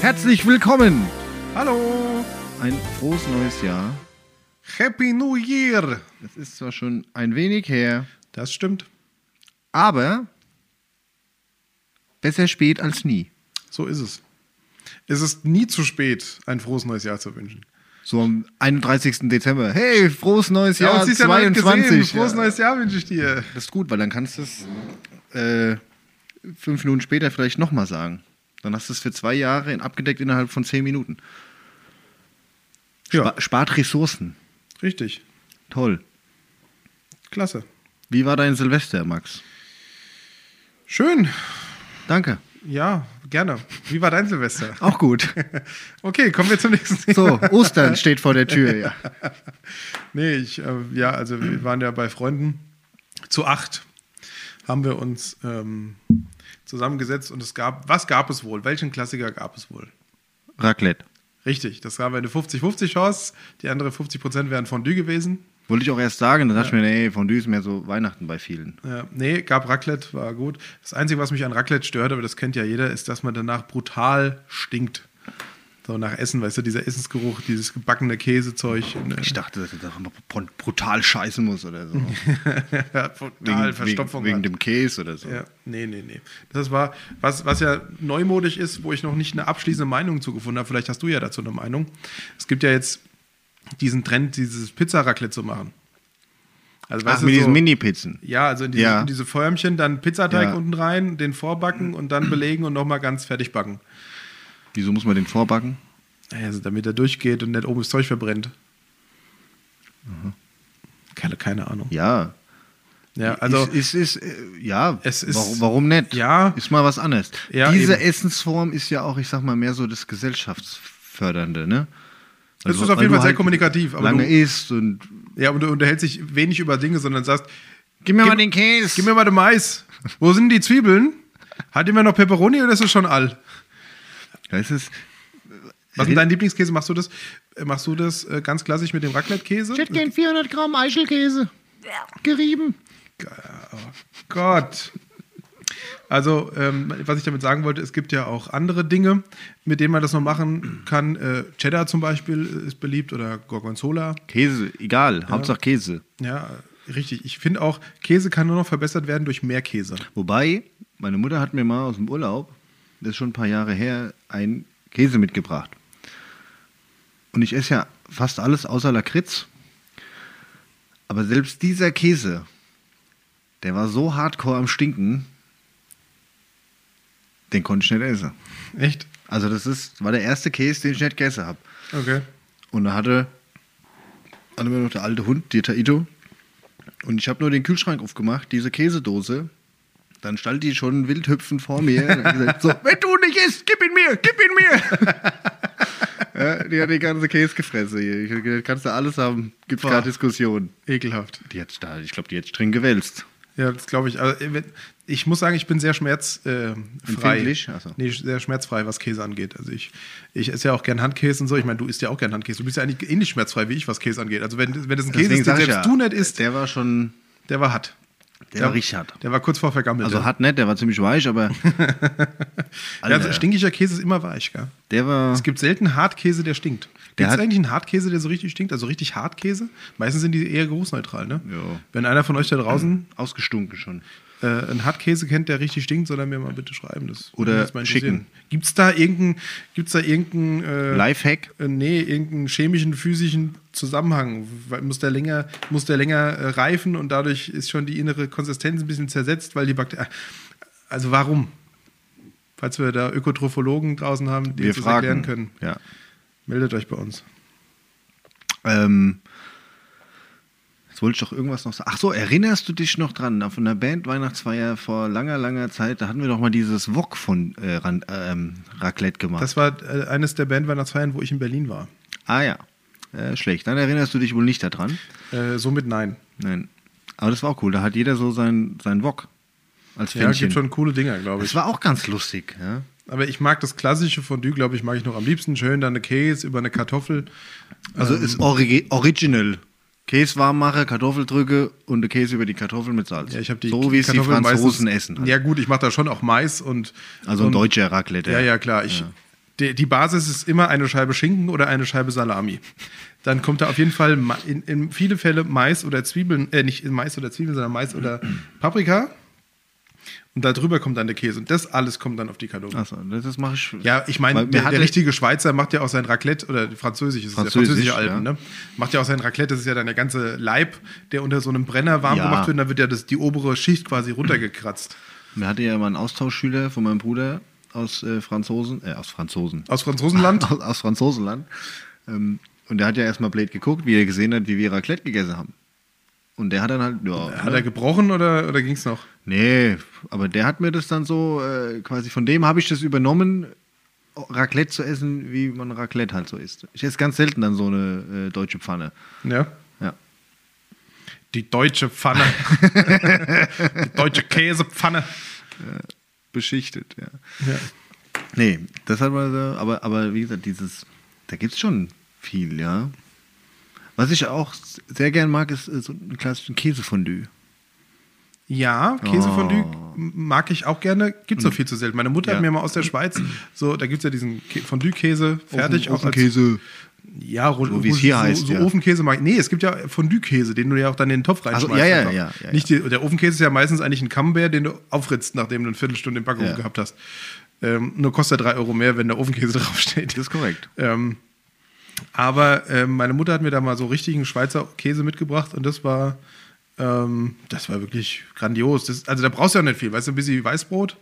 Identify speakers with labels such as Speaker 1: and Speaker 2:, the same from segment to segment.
Speaker 1: Herzlich willkommen!
Speaker 2: Hallo!
Speaker 1: Ein frohes neues Jahr.
Speaker 2: Happy New Year!
Speaker 1: Das ist zwar schon ein wenig her,
Speaker 2: Das stimmt.
Speaker 1: aber besser spät als nie.
Speaker 2: So ist es. Es ist nie zu spät, ein frohes neues Jahr zu wünschen.
Speaker 1: So am 31. Dezember. Hey, frohes neues Jahr
Speaker 2: uns ist
Speaker 1: 22.
Speaker 2: Frohes
Speaker 1: Ja.
Speaker 2: neues Jahr wünsche ich dir.
Speaker 1: Das ist gut, weil dann kannst du es äh, fünf Minuten später vielleicht nochmal sagen. Dann hast du es für zwei Jahre in, abgedeckt innerhalb von zehn Minuten.
Speaker 2: Ja.
Speaker 1: Spa- Spart Ressourcen.
Speaker 2: Richtig.
Speaker 1: Toll.
Speaker 2: Klasse.
Speaker 1: Wie war dein Silvester, Max?
Speaker 2: Schön.
Speaker 1: Danke.
Speaker 2: Ja, gerne. Wie war dein Silvester?
Speaker 1: Auch gut.
Speaker 2: Okay, kommen wir zum nächsten Thema.
Speaker 1: So, Ostern steht vor der Tür, ja.
Speaker 2: Nee, ich, äh, ja, also wir waren ja bei Freunden. Zu acht haben wir uns ähm, zusammengesetzt und es gab, was gab es wohl? Welchen Klassiker gab es wohl?
Speaker 1: Raclette.
Speaker 2: Richtig, das gab eine 50-50-Chance. Die andere 50% wären Fondue gewesen.
Speaker 1: Wollte ich auch erst sagen, dann dachte ich mir, nee, Fondue ist mehr so Weihnachten bei vielen.
Speaker 2: Äh, nee, gab Raclette, war gut. Das Einzige, was mich an Raclette stört, aber das kennt ja jeder, ist, dass man danach brutal stinkt. So nach Essen, weißt du, dieser Essensgeruch, dieses gebackene Käsezeug. Ne?
Speaker 1: Ich dachte, dass ich da mal br- brutal scheißen muss oder so.
Speaker 2: Total Verstopfung.
Speaker 1: Wegen, wegen
Speaker 2: hat.
Speaker 1: dem Käse oder so.
Speaker 2: Ja, nee, nee, nee. Das war, was, was ja neumodisch ist, wo ich noch nicht eine abschließende Meinung zugefunden habe. Vielleicht hast du ja dazu eine Meinung. Es gibt ja jetzt diesen Trend, dieses Pizza-Raclette zu machen. Also,
Speaker 1: Ach, mit diesen Mini-Pizzen.
Speaker 2: Ja, also in diese,
Speaker 1: Ja.
Speaker 2: in diese Förmchen, dann Pizzateig
Speaker 1: Ja.
Speaker 2: unten rein, den vorbacken und dann belegen und nochmal ganz fertig backen.
Speaker 1: Wieso muss man den vorbacken?
Speaker 2: Naja, Also damit er durchgeht und nicht oben das Zeug verbrennt. Keine, keine Ahnung.
Speaker 1: Mhm. Ja.
Speaker 2: Ja, also
Speaker 1: ist, ist, ist, äh, ja,
Speaker 2: Es ist-
Speaker 1: warum, warum nicht?
Speaker 2: Ja.
Speaker 1: Ist mal was anderes.
Speaker 2: Ja,
Speaker 1: Diese
Speaker 2: eben.
Speaker 1: Essensform ist ja auch, ich sag mal, mehr so das Gesellschaftsfördernde, ne?
Speaker 2: Das
Speaker 1: Also,
Speaker 2: ist auf
Speaker 1: weil
Speaker 2: jeden
Speaker 1: du
Speaker 2: Fall sehr
Speaker 1: halt
Speaker 2: kommunikativ, aber
Speaker 1: Lange
Speaker 2: du-
Speaker 1: isst und
Speaker 2: ja, und du unterhältst dich wenig über Dinge, sondern sagst,
Speaker 1: gib mir
Speaker 2: Gib-
Speaker 1: mal den Käse.
Speaker 2: gib mir mal den Mais. Wo sind die Zwiebeln? Hat immer noch Peperoni oder ist es schon all?
Speaker 1: das ist
Speaker 2: Was ist dein Lieblingskäse? Machst du das, äh, machst du das äh, ganz klassisch mit dem Raclette-Käse?
Speaker 1: gern 400 Gramm Eichelkäse. Gerieben.
Speaker 2: oh Gott. Also, ähm, was ich damit sagen wollte, es gibt ja auch andere Dinge, mit denen man das noch machen kann. Äh, Cheddar zum Beispiel ist beliebt oder Gorgonzola.
Speaker 1: Käse, egal, Hauptsache Käse.
Speaker 2: Ja, richtig. Ich finde auch, Käse kann nur noch verbessert werden durch mehr Käse.
Speaker 1: Wobei, meine Mutter hat mir mal aus dem Urlaub, das ist schon ein paar Jahre her, einen Käse mitgebracht. Und ich esse ja fast alles außer Lakritz. Aber selbst dieser Käse, der war so hardcore am Stinken, den konnte ich nicht essen.
Speaker 2: Echt?
Speaker 1: Also das ist, war der erste Käse, den ich nicht gegessen habe.
Speaker 2: Okay.
Speaker 1: Und da hatte, hatte mir noch der alte Hund, Dieter Ito. Und ich habe nur den Kühlschrank aufgemacht, diese Käsedose. Dann stand die schon wild hüpfend vor mir. Und hat gesagt, so, wenn du nicht isst, gib ihn mir, gib ihn mir. ja, die hat den ganzen Käse gefressen. Hier. Ich hab gedacht, kannst du alles haben, gibt's
Speaker 2: Boah.
Speaker 1: keine Diskussion.
Speaker 2: Ekelhaft.
Speaker 1: Die hat, da- ich glaube, die hat streng gewälzt.
Speaker 2: Ja, das glaube ich. Also, äh, wenn- ich muss sagen, ich bin sehr schmerzfrei.
Speaker 1: Empfindlich? Ach so.
Speaker 2: Nee, sehr schmerzfrei, was Käse angeht. Also ich, ich esse ja auch gern Handkäse und so. Ich meine, du isst ja auch gern Handkäse. Du bist ja eigentlich ähnlich schmerzfrei wie ich, was Käse angeht. Also wenn, wenn das ein Käse ist, den
Speaker 1: sag ich
Speaker 2: selbst du nicht isst,
Speaker 1: Der war schon,
Speaker 2: Der war hart.
Speaker 1: der, war richtig hart.
Speaker 2: Der war kurz vor vergammelt.
Speaker 1: Also hart nicht, der war ziemlich weich, aber.
Speaker 2: ja, also
Speaker 1: Alter,
Speaker 2: stinkiger Käse ist immer weich, gell?
Speaker 1: der war.
Speaker 2: Es gibt selten Hartkäse, der stinkt.
Speaker 1: Der
Speaker 2: Gibt es
Speaker 1: hat-
Speaker 2: eigentlich einen Hartkäse, der so richtig stinkt? Also richtig Hartkäse? Meistens sind die eher geruchsneutral, ne?
Speaker 1: Ja.
Speaker 2: Wenn einer von euch da draußen
Speaker 1: ausgestunken schon.
Speaker 2: äh, einen Hartkäse kennt, der richtig stinkt, soll er mir mal bitte schreiben. Das
Speaker 1: Oder
Speaker 2: würde mich mal interessieren.
Speaker 1: schicken.
Speaker 2: Gibt's da irgendeinen, gibt's da irgendeinen, äh,
Speaker 1: Lifehack?
Speaker 2: äh, nee, irgendeinen chemischen, physischen Zusammenhang? Weil Muss der länger, muss der länger äh, reifen und dadurch ist schon die innere Konsistenz ein bisschen zersetzt, weil die Bakterien. Also warum? Falls wir da Ökotrophologen draußen haben, die
Speaker 1: wir
Speaker 2: uns das
Speaker 1: fragen.
Speaker 2: erklären können,
Speaker 1: Ja.
Speaker 2: meldet euch bei uns.
Speaker 1: Ähm, jetzt wollte ich doch irgendwas noch sagen. Ach so, erinnerst du dich noch dran? Auf einer Band-Weihnachtsfeier vor langer, langer Zeit, da hatten wir doch mal dieses Wok von äh, Ran, ähm, Raclette gemacht.
Speaker 2: Das war äh, eines der Bandweihnachtsfeiern, wo ich in Berlin war.
Speaker 1: ah ja, äh, schlecht. Dann erinnerst du dich wohl nicht daran.
Speaker 2: Äh, somit nein.
Speaker 1: Nein. Aber das war auch cool. Da hat jeder so sein, sein Wok als
Speaker 2: Ja,
Speaker 1: Fähnchen.
Speaker 2: gibt schon coole Dinger, glaube ich.
Speaker 1: das war auch ganz lustig. Ja?
Speaker 2: Aber ich mag das klassische Fondue, glaube ich, mag ich noch am liebsten. Schön dann eine Käse über eine Kartoffel.
Speaker 1: Also
Speaker 2: Ähm.
Speaker 1: ist origi original. Käse warm mache, Kartoffel drücke und den Käse über die Kartoffeln mit Salz.
Speaker 2: Ja, ich habe die
Speaker 1: so wie es die
Speaker 2: Kartoffeln
Speaker 1: Franzosen
Speaker 2: meistens-
Speaker 1: essen. halt.
Speaker 2: Ähm, Ja gut, ich mache da schon auch Mais und
Speaker 1: Also ein deutscher Raclette.
Speaker 2: ja, ja klar. Ich, die, die Basis ist immer eine Scheibe Schinken oder eine Scheibe Salami. Dann kommt da auf jeden Fall Ma- in, in viele Fälle Mais oder Zwiebeln, äh, nicht Mais oder Zwiebeln, sondern Mais oder Paprika. Und darüber kommt dann der Käse. Und das alles kommt dann auf die Kartoffel.
Speaker 1: Achso, das mache ich.
Speaker 2: Ja, ich
Speaker 1: Weil
Speaker 2: meine,
Speaker 1: mir
Speaker 2: der,
Speaker 1: hat
Speaker 2: der
Speaker 1: der-
Speaker 2: richtige Schweizer macht ja auch sein Raclette, oder französisch ist
Speaker 1: Französisch,
Speaker 2: es ja, französische Alpen,
Speaker 1: ja.
Speaker 2: ne? Macht ja auch sein Raclette, das ist ja dann der ganze Leib, der unter so einem Brenner warm
Speaker 1: Ja.
Speaker 2: gemacht wird, und dann wird ja das, die obere Schicht quasi runtergekratzt.
Speaker 1: Mir hatte ja mal einen Austauschschüler von meinem Bruder aus äh, Franzosen, äh, aus Franzosen,
Speaker 2: Aus Franzosenland?
Speaker 1: aus, aus Franzosenland. Ähm, und der hat ja erstmal blöd geguckt, wie er gesehen hat, wie wir Raclette gegessen haben. Und der hat dann halt, ja,
Speaker 2: Hat er gebrochen oder, oder ging's noch?
Speaker 1: nee, aber der hat mir das dann so, äh, quasi von dem habe ich das übernommen, Raclette zu essen, wie man Raclette halt so isst. Ich esse ganz selten dann so eine äh, deutsche Pfanne.
Speaker 2: Ja.
Speaker 1: Ja.
Speaker 2: Die deutsche Pfanne. die deutsche Käsepfanne.
Speaker 1: Beschichtet, ja.
Speaker 2: Ja.
Speaker 1: Nee, das hat man so, aber, aber wie gesagt, dieses, da gibt es schon viel, ja. Was ich auch s- sehr gern mag, ist äh, so einen klassischen Käsefondue.
Speaker 2: Ja, Käsefondue
Speaker 1: Oh. Hm.
Speaker 2: m- mag ich auch gerne. Gibt so viel zu selten. Meine Mutter
Speaker 1: Ja.
Speaker 2: hat mir mal aus der Schweiz, so, da gibt's ja diesen Kä- Fondue-Käse Oh, fertig.
Speaker 1: Ofen-
Speaker 2: auch als-
Speaker 1: Ofenkäse.
Speaker 2: Ja, Ro-
Speaker 1: So wie es hier
Speaker 2: so,
Speaker 1: heißt,
Speaker 2: So
Speaker 1: ja.
Speaker 2: Ofenkäse mag ich. Nee, es gibt ja Fondue-Käse, den du ja auch dann in den Topf reinschmeißt.
Speaker 1: ja, ja,
Speaker 2: einfach.
Speaker 1: ja, ja,
Speaker 2: Nicht die, der Ofenkäse ist ja meistens eigentlich ein Camembert, den du aufritzt, nachdem du eine Viertelstunde im Backofen
Speaker 1: Ja.
Speaker 2: gehabt hast. Ähm, nur kostet er drei Euro mehr, wenn der Ofenkäse draufsteht.
Speaker 1: Das ist korrekt.
Speaker 2: Ähm, aber ähm, meine Mutter hat mir da mal so richtigen Schweizer Käse mitgebracht und das war, ähm, das war wirklich grandios. Das, also da brauchst du ja nicht viel, weißt du, ein bisschen Weißbrot,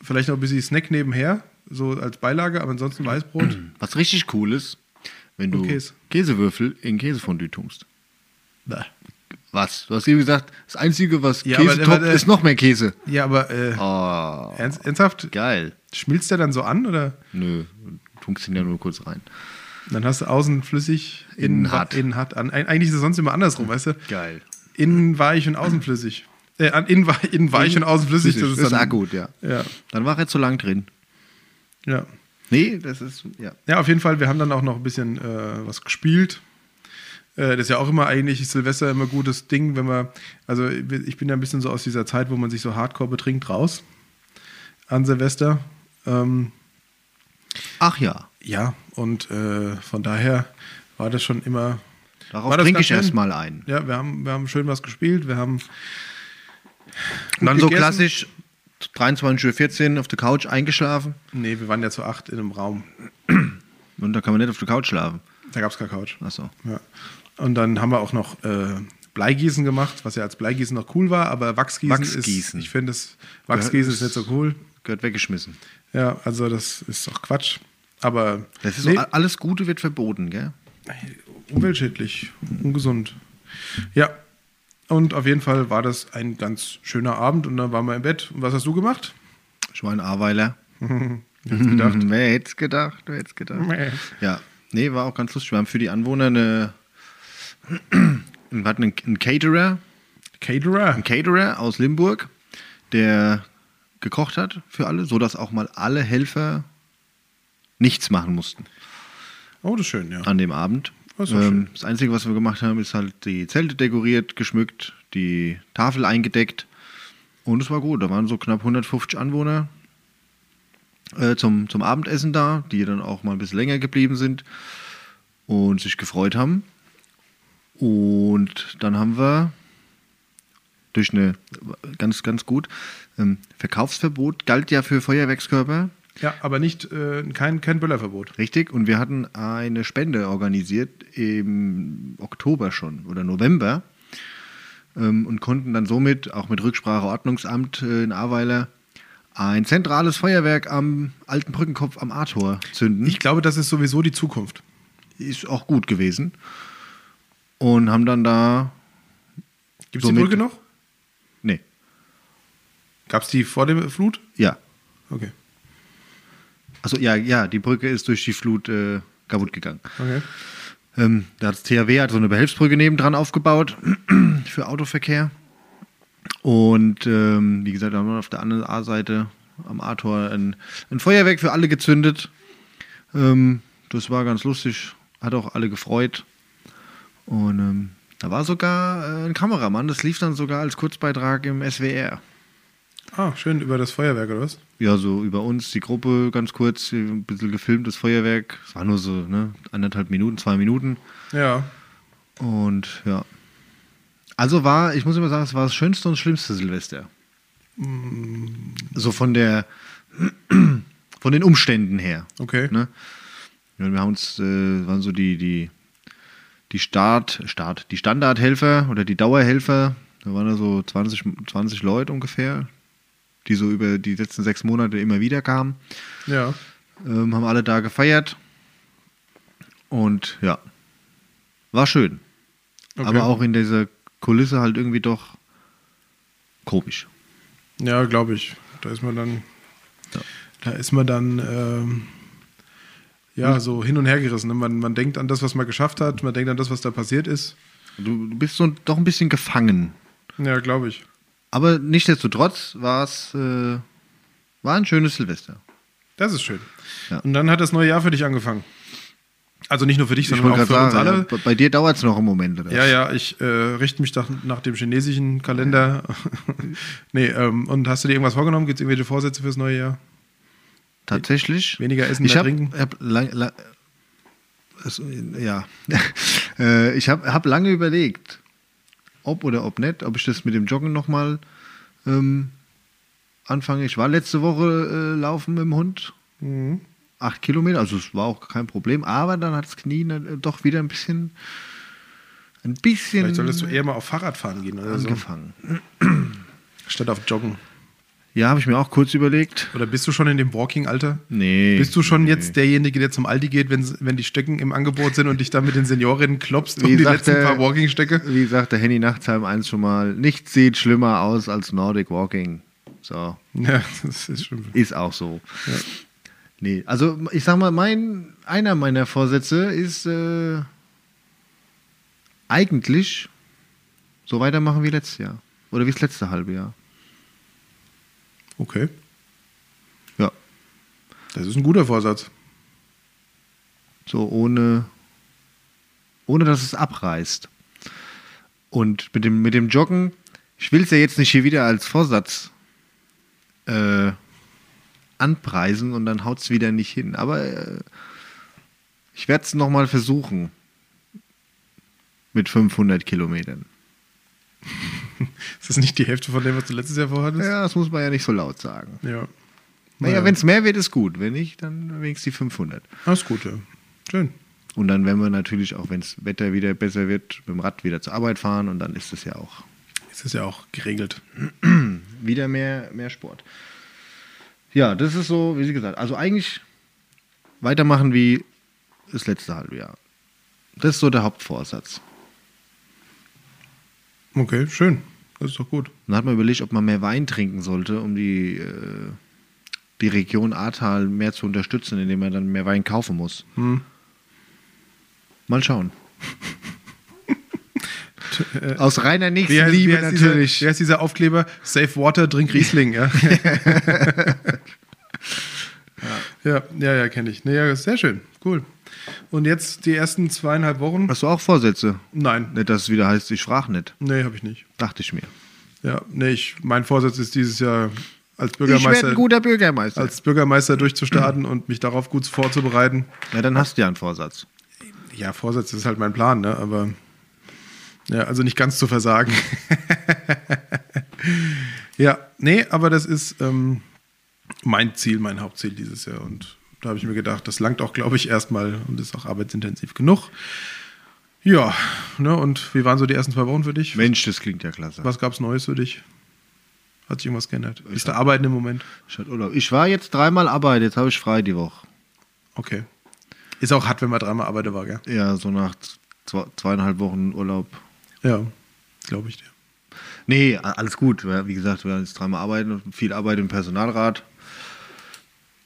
Speaker 2: vielleicht noch ein bisschen Snack nebenher, so als Beilage, aber ansonsten Weißbrot.
Speaker 1: Was richtig cool ist, wenn du
Speaker 2: Und Käse.
Speaker 1: Käsewürfel in Käsefondue tunkst.
Speaker 2: Bäh.
Speaker 1: Was? Du hast eben gesagt, das Einzige, was
Speaker 2: Ja,
Speaker 1: Käse
Speaker 2: aber-
Speaker 1: toppt,
Speaker 2: aber, äh,
Speaker 1: ist noch mehr Käse.
Speaker 2: Ja, aber äh,
Speaker 1: Oh,
Speaker 2: ernst, ernsthaft,
Speaker 1: geil.
Speaker 2: schmilzt der dann so an oder?
Speaker 1: Nö, du tunkst ihn ja nur kurz rein.
Speaker 2: Dann hast du außen flüssig, innen,
Speaker 1: Innen
Speaker 2: wa-
Speaker 1: hart.
Speaker 2: innen hart an. Eig- Eigentlich ist es sonst immer andersrum, weißt du?
Speaker 1: Geil.
Speaker 2: Innen weich und außen flüssig. Äh, an- innen, wei- innen weich und außen flüssig.
Speaker 1: Flüssig. Das ist
Speaker 2: dann-
Speaker 1: auch gut, ja.
Speaker 2: Ja,
Speaker 1: Dann war er zu lang drin.
Speaker 2: ja.
Speaker 1: Nee, das ist, ja.
Speaker 2: Ja, auf jeden Fall, wir haben dann auch noch ein bisschen äh, was gespielt. Äh, Das ist ja auch immer eigentlich ist Silvester immer gutes Ding, wenn man, also ich bin ja ein bisschen so aus dieser Zeit, wo man sich so hardcore betrinkt, raus an Silvester. Ähm,
Speaker 1: Ach ja,
Speaker 2: ja, und äh, von daher war das schon immer.
Speaker 1: darauf
Speaker 2: war das
Speaker 1: trinke
Speaker 2: ganz
Speaker 1: ich
Speaker 2: schön.
Speaker 1: erstmal ein.
Speaker 2: Ja, wir haben, wir haben schön was gespielt, wir haben.
Speaker 1: Und dann
Speaker 2: gut
Speaker 1: so
Speaker 2: gegessen.
Speaker 1: klassisch 23.14 Uhr auf der Couch eingeschlafen.
Speaker 2: Nee, wir waren ja zu acht in einem Raum.
Speaker 1: Und da kann man nicht auf der Couch schlafen.
Speaker 2: Da gab es keine Couch.
Speaker 1: Achso.
Speaker 2: Ja. Und dann haben wir auch noch äh, Bleigießen gemacht, was ja als Bleigießen noch cool war, aber Wachsgießen,
Speaker 1: Wachsgießen.
Speaker 2: ist, ich finde das, Wachsgießen ist nicht so cool.
Speaker 1: Gehört weggeschmissen.
Speaker 2: Ja, also das ist doch Quatsch. Aber
Speaker 1: Das ist
Speaker 2: nee,
Speaker 1: so, a- alles Gute wird verboten, gell?
Speaker 2: umweltschädlich, ungesund. Ja. Und auf jeden Fall war das ein ganz schöner Abend und dann waren wir im Bett. Und was hast du gemacht?
Speaker 1: Schwein Aweiler.
Speaker 2: Gedacht,
Speaker 1: Wer hätte gedacht? Wer hätte gedacht?
Speaker 2: Mäh.
Speaker 1: Ja, nee, war auch ganz lustig. Wir haben für die Anwohner eine. Wir hatten einen, einen Caterer,
Speaker 2: Caterer.
Speaker 1: einen Caterer aus Limburg, der gekocht hat für alle, sodass auch mal alle Helfer nichts machen mussten.
Speaker 2: Oh, das ist schön, ja.
Speaker 1: an dem Abend. Das,
Speaker 2: Das ist doch schön.
Speaker 1: ähm, das Einzige, was wir gemacht haben, ist halt die Zelte dekoriert, geschmückt, die Tafel eingedeckt. Und es war gut. Da waren so knapp 150 Anwohner äh, zum, zum Abendessen da, die dann auch mal ein bisschen länger geblieben sind und sich gefreut haben. Und dann haben wir durch eine, ganz, ganz gut, ähm, Verkaufsverbot galt ja für Feuerwerkskörper.
Speaker 2: Ja, aber nicht, äh, kein, kein Böllerverbot.
Speaker 1: Richtig, und wir hatten eine Spende organisiert im Oktober schon oder November ähm, und konnten dann somit auch mit Rücksprache Ordnungsamt äh, in Ahrweiler ein zentrales Feuerwerk am alten Brückenkopf am Arthur zünden.
Speaker 2: Ich glaube, das ist sowieso die Zukunft.
Speaker 1: Ist auch gut gewesen. Und haben dann da.
Speaker 2: Gibt es die
Speaker 1: Somit-
Speaker 2: Brücke noch?
Speaker 1: Nee,
Speaker 2: Gab es die vor der Flut?
Speaker 1: ja.
Speaker 2: Okay.
Speaker 1: Also ja, ja, die Brücke ist durch die Flut äh, kaputt gegangen.
Speaker 2: Okay.
Speaker 1: Ähm, da hat das THW hat so eine Behelfsbrücke nebendran aufgebaut für Autoverkehr. Und ähm, wie gesagt, da haben wir auf der anderen A-Seite am A-Tor ein, ein Feuerwerk für alle gezündet. Ähm, das war ganz lustig, hat auch alle gefreut. Und ähm, da war sogar äh, ein Kameramann, das lief dann sogar als Kurzbeitrag im SWR.
Speaker 2: Ah, schön über das Feuerwerk oder was?
Speaker 1: Ja, so über uns, die Gruppe ganz kurz, ein bisschen gefilmt, das Feuerwerk. Es war nur so, ne, anderthalb Minuten, zwei Minuten.
Speaker 2: Ja.
Speaker 1: Und ja. Also war, ich muss immer sagen, es war das schönste und schlimmste Silvester. So von der, von den Umständen her.
Speaker 2: Okay.
Speaker 1: Ne? Ja, wir haben uns, äh, waren so die, die, die Start, Start, die Standardhelfer oder die Dauerhelfer, da waren da so 20, 20 Leute ungefähr, die so über die letzten sechs Monate immer wieder kamen,
Speaker 2: Ja.
Speaker 1: ähm, haben alle da gefeiert und ja, war schön,
Speaker 2: Okay.
Speaker 1: aber auch in dieser Kulisse halt irgendwie doch komisch.
Speaker 2: Ja, glaube ich. Da ist man dann.
Speaker 1: Ja.
Speaker 2: Da ist man dann. Ähm,
Speaker 1: Hm.
Speaker 2: ja, so hin und her gerissen. ne? Man, man denkt an das, was man geschafft hat. Man denkt an das, was da passiert ist.
Speaker 1: Du, du bist so doch ein bisschen gefangen,
Speaker 2: Ja, glaube ich.
Speaker 1: aber nichtsdestotrotz war es, äh, war ein schönes Silvester.
Speaker 2: Das ist schön.
Speaker 1: Ja.
Speaker 2: Und dann hat das neue Jahr für dich angefangen. Also nicht nur für dich,
Speaker 1: Ich
Speaker 2: sondern
Speaker 1: wollte
Speaker 2: auch für
Speaker 1: gerade sagen,
Speaker 2: uns alle.
Speaker 1: ja, bei- bei dir dauert es noch einen Moment, oder?
Speaker 2: Ja, ja, ich äh, richte mich nach, nach dem chinesischen Kalender. nee, ähm, und hast du dir irgendwas vorgenommen? Gibt es irgendwelche Vorsätze fürs neue Jahr?
Speaker 1: Tatsächlich.
Speaker 2: Weniger essen,
Speaker 1: ich
Speaker 2: mehr
Speaker 1: hab,
Speaker 2: trinken?
Speaker 1: Hab lang, lang, es, ja. Äh, ich habe hab lange überlegt, ob oder ob nicht, ob ich das mit dem Joggen nochmal ähm, anfange. Ich war letzte Woche äh, laufen mit dem Hund.
Speaker 2: Mhm.
Speaker 1: Acht Kilometer, also es war auch kein Problem, aber dann hat das Knie dann, äh, doch wieder ein bisschen, ein bisschen
Speaker 2: Vielleicht solltest du eher mal auf Fahrradfahren gehen oder so,
Speaker 1: angefangen.
Speaker 2: statt auf Joggen.
Speaker 1: Ja, habe ich mir auch kurz überlegt.
Speaker 2: Oder bist du schon in dem Walking-Alter?
Speaker 1: Nee.
Speaker 2: Bist du schon
Speaker 1: nee.
Speaker 2: jetzt derjenige, der zum Aldi geht, wenn, wenn die Stöcken im Angebot sind und dich dann mit den Seniorinnen klopfst um die
Speaker 1: sagt
Speaker 2: letzten
Speaker 1: der-
Speaker 2: paar Walking-Stöcke?
Speaker 1: Wie sagt der Henny Nachtsheim eins schon mal, nichts sieht schlimmer aus als Nordic Walking. So,
Speaker 2: Ja, das ist schon.
Speaker 1: ist auch so. Nee, also ich sag mal, mein, einer meiner Vorsätze ist äh, eigentlich so weitermachen wie letztes Jahr. Oder wie das letzte halbe Jahr.
Speaker 2: Okay.
Speaker 1: Ja,
Speaker 2: Das ist ein guter Vorsatz.
Speaker 1: so ohne, ohne dass es abreißt. Und mit dem, mit dem Joggen, ich will es ja jetzt nicht hier wieder als Vorsatz äh, anpreisen und dann haut es wieder nicht hin. Aber äh, ich werde es nochmal versuchen. Mit 500 Kilometern.
Speaker 2: Ist das nicht die Hälfte von dem, was du letztes Jahr vorhattest?
Speaker 1: Ja, das muss man ja nicht so laut sagen.
Speaker 2: Ja. ja.
Speaker 1: Naja, wenn es mehr wird, ist gut. Wenn nicht, dann wenigstens die 500.
Speaker 2: Alles gut, ja. Schön.
Speaker 1: Und dann werden wir natürlich auch, wenn das Wetter wieder besser wird, mit dem Rad wieder zur Arbeit fahren und dann ist es ja auch
Speaker 2: Ist das ja auch geregelt.
Speaker 1: wieder mehr, mehr Sport. Ja, das ist so, wie gesagt, also eigentlich weitermachen wie das letzte halbe Jahr. Das ist so der Hauptvorsatz.
Speaker 2: Okay, schön. Das ist doch gut.
Speaker 1: Dann hat man überlegt, ob man mehr Wein trinken sollte, um die, äh, die Region Ahrtal mehr zu unterstützen, indem man dann mehr Wein kaufen muss.
Speaker 2: Hm.
Speaker 1: Mal schauen. Aus reiner Nächstenliebe natürlich.
Speaker 2: Dieser, wie heißt dieser Aufkleber? Save Water, trink Riesling, ja. ja, ja, ja, kenne ich. Nee, ja, sehr schön. Cool. Und jetzt die ersten zweieinhalb Wochen?
Speaker 1: Hast du auch Vorsätze?
Speaker 2: Nein.
Speaker 1: Nicht, dass es wieder heißt, ich frage nicht.
Speaker 2: Nee, habe ich nicht.
Speaker 1: Dachte ich mir.
Speaker 2: Ja, nee, ich, mein Vorsatz ist dieses Jahr als
Speaker 1: Ich Mhm. werde
Speaker 2: Bürgermeister,
Speaker 1: ein guter Bürgermeister.
Speaker 2: als Bürgermeister durchzustarten und mich darauf gut vorzubereiten.
Speaker 1: Na, dann hast du ja einen Vorsatz.
Speaker 2: Ja, Vorsatz ist halt mein Plan, ne? Aber ja, also nicht ganz zu versagen. ja, nee, aber das ist ähm, mein Ziel, mein Hauptziel dieses Jahr. Und da habe ich mir gedacht, das langt auch, glaube ich, erstmal und ist auch arbeitsintensiv genug. Ja, ne, und wie waren so die ersten zwei Wochen für dich?
Speaker 1: Mensch, das klingt ja klasse.
Speaker 2: Was gab's Neues für dich? Hat sich irgendwas geändert? Ist da Arbeiten im Moment?
Speaker 1: Ich hatte Urlaub. Ich war jetzt dreimal arbeiten, jetzt habe ich frei die Woche.
Speaker 2: Okay. Ist auch hart, wenn man dreimal arbeiten war, gell?
Speaker 1: Ja, so nach zwei, zweieinhalb Wochen Urlaub.
Speaker 2: Ja, glaube ich dir.
Speaker 1: Nee, a- alles gut. Ja, Wie gesagt, wir waren jetzt dreimal arbeiten, viel Arbeit im Personalrat.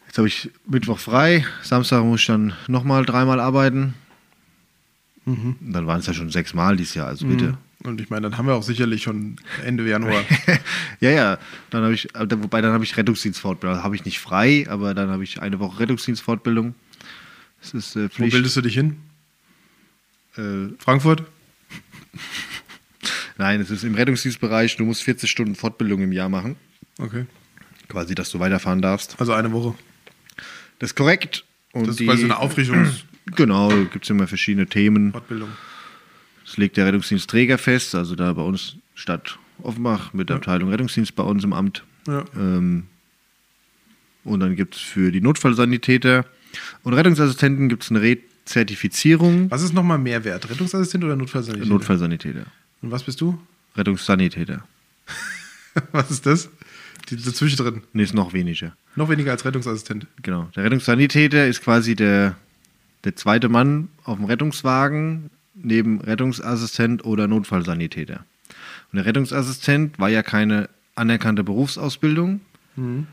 Speaker 1: Jetzt habe ich Mittwoch frei, Samstag muss ich dann nochmal dreimal arbeiten. Dann waren es ja schon sechsmal dieses Jahr, also bitte.
Speaker 2: Und ich meine, dann haben wir auch sicherlich schon Ende Januar.
Speaker 1: ja, ja, dann habe ich, äh, da- wobei dann habe ich Rettungsdienstfortbildung. Also Habe ich nicht frei, aber dann habe ich eine Woche Rettungsdienstfortbildung. Das ist äh,
Speaker 2: Wo
Speaker 1: Pflicht.
Speaker 2: bildest du dich hin?
Speaker 1: äh,
Speaker 2: Frankfurt?
Speaker 1: Nein, es ist im Rettungsdienstbereich, du musst 40 Stunden Fortbildung im Jahr machen.
Speaker 2: Okay.
Speaker 1: Quasi, dass du weiterfahren darfst.
Speaker 2: Also eine Woche.
Speaker 1: Das ist korrekt. Und
Speaker 2: Das ist
Speaker 1: die,
Speaker 2: bei so einer Aufrichtungsfortbildung.
Speaker 1: genau, gibt es immer verschiedene Themen. Das legt der Rettungsdienst Träger fest, also da bei uns Stadt Offenbach mit der Abteilung Rettungsdienst bei uns im Amt.
Speaker 2: Ja.
Speaker 1: Ähm, und dann gibt es für die Notfallsanitäter und Rettungsassistenten gibt es eine Rezertifizierung.
Speaker 2: Was ist nochmal Mehrwert? Rettungsassistent oder Notfallsanitäter?
Speaker 1: Notfallsanitäter.
Speaker 2: Und was bist du?
Speaker 1: Rettungssanitäter.
Speaker 2: was ist das? Die dazwischen drin.
Speaker 1: Nee, ist noch weniger.
Speaker 2: Noch weniger als Rettungsassistent.
Speaker 1: Genau. Der Rettungssanitäter ist quasi der, der zweite Mann auf dem Rettungswagen neben Rettungsassistent oder Notfallsanitäter. Und der Rettungsassistent war ja keine anerkannte Berufsausbildung.
Speaker 2: Mhm.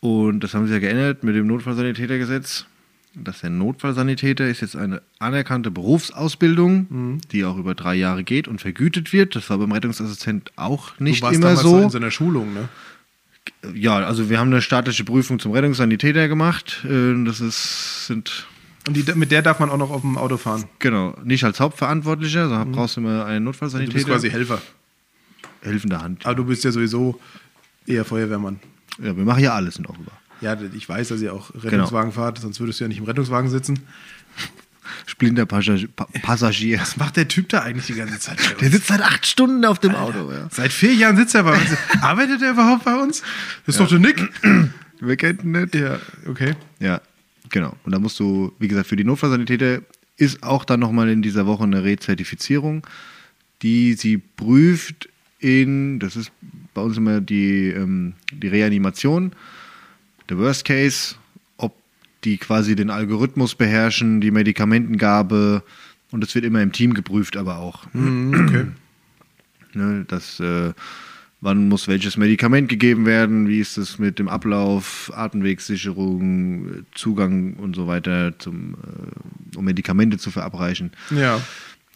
Speaker 1: Und das haben sie ja geändert mit dem Notfallsanitätergesetz. Dass der Notfallsanitäter ist jetzt eine anerkannte Berufsausbildung,
Speaker 2: Mhm.
Speaker 1: die auch über drei Jahre geht und vergütet wird. Das war beim Rettungsassistent auch nicht
Speaker 2: du warst
Speaker 1: immer
Speaker 2: damals
Speaker 1: so.
Speaker 2: noch in so einer Schulung, ne?
Speaker 1: Ja, also wir haben eine staatliche Prüfung zum Rettungssanitäter gemacht. Äh, Das ist, sind,
Speaker 2: Und die, mit der darf man auch noch auf dem Auto fahren.
Speaker 1: genau, nicht als Hauptverantwortlicher, sondern brauchst Mhm. Also du immer einen
Speaker 2: Du bist
Speaker 1: Notfallsanitäter.
Speaker 2: quasi Helfer.
Speaker 1: helfende Hand.
Speaker 2: Aber du bist ja sowieso eher Feuerwehrmann.
Speaker 1: Ja, wir machen ja alles in Offenbach.
Speaker 2: Ja, ich weiß, dass ihr auch Rettungswagen fahrt, sonst würdest du ja nicht im Rettungswagen sitzen.
Speaker 1: Splinter Passag- Pa- Passagier.
Speaker 2: Was macht der Typ da eigentlich die ganze Zeit? bei uns?
Speaker 1: Der sitzt seit acht Stunden auf dem Auto. Ja.
Speaker 2: Seit vier Jahren sitzt er bei uns. Arbeitet er überhaupt bei uns? Das ist doch der Nick.
Speaker 1: Wir kennen nicht.
Speaker 2: Ja, okay.
Speaker 1: Ja, genau. Und da musst du, wie gesagt, für die Notfallsanitäter ist auch dann nochmal in dieser Woche eine Rezertifizierung, die sie prüft in, das ist bei uns immer die, ähm, die Reanimation, der Worst Case, ob die quasi den Algorithmus beherrschen, die Medikamentengabe und das wird immer im Team geprüft, aber auch.
Speaker 2: okay.
Speaker 1: Ne, das, äh, wann muss welches Medikament gegeben werden, wie ist es mit dem Ablauf, Atemwegssicherung, äh, Zugang und so weiter, zum, äh, um Medikamente zu verabreichen.
Speaker 2: Ja.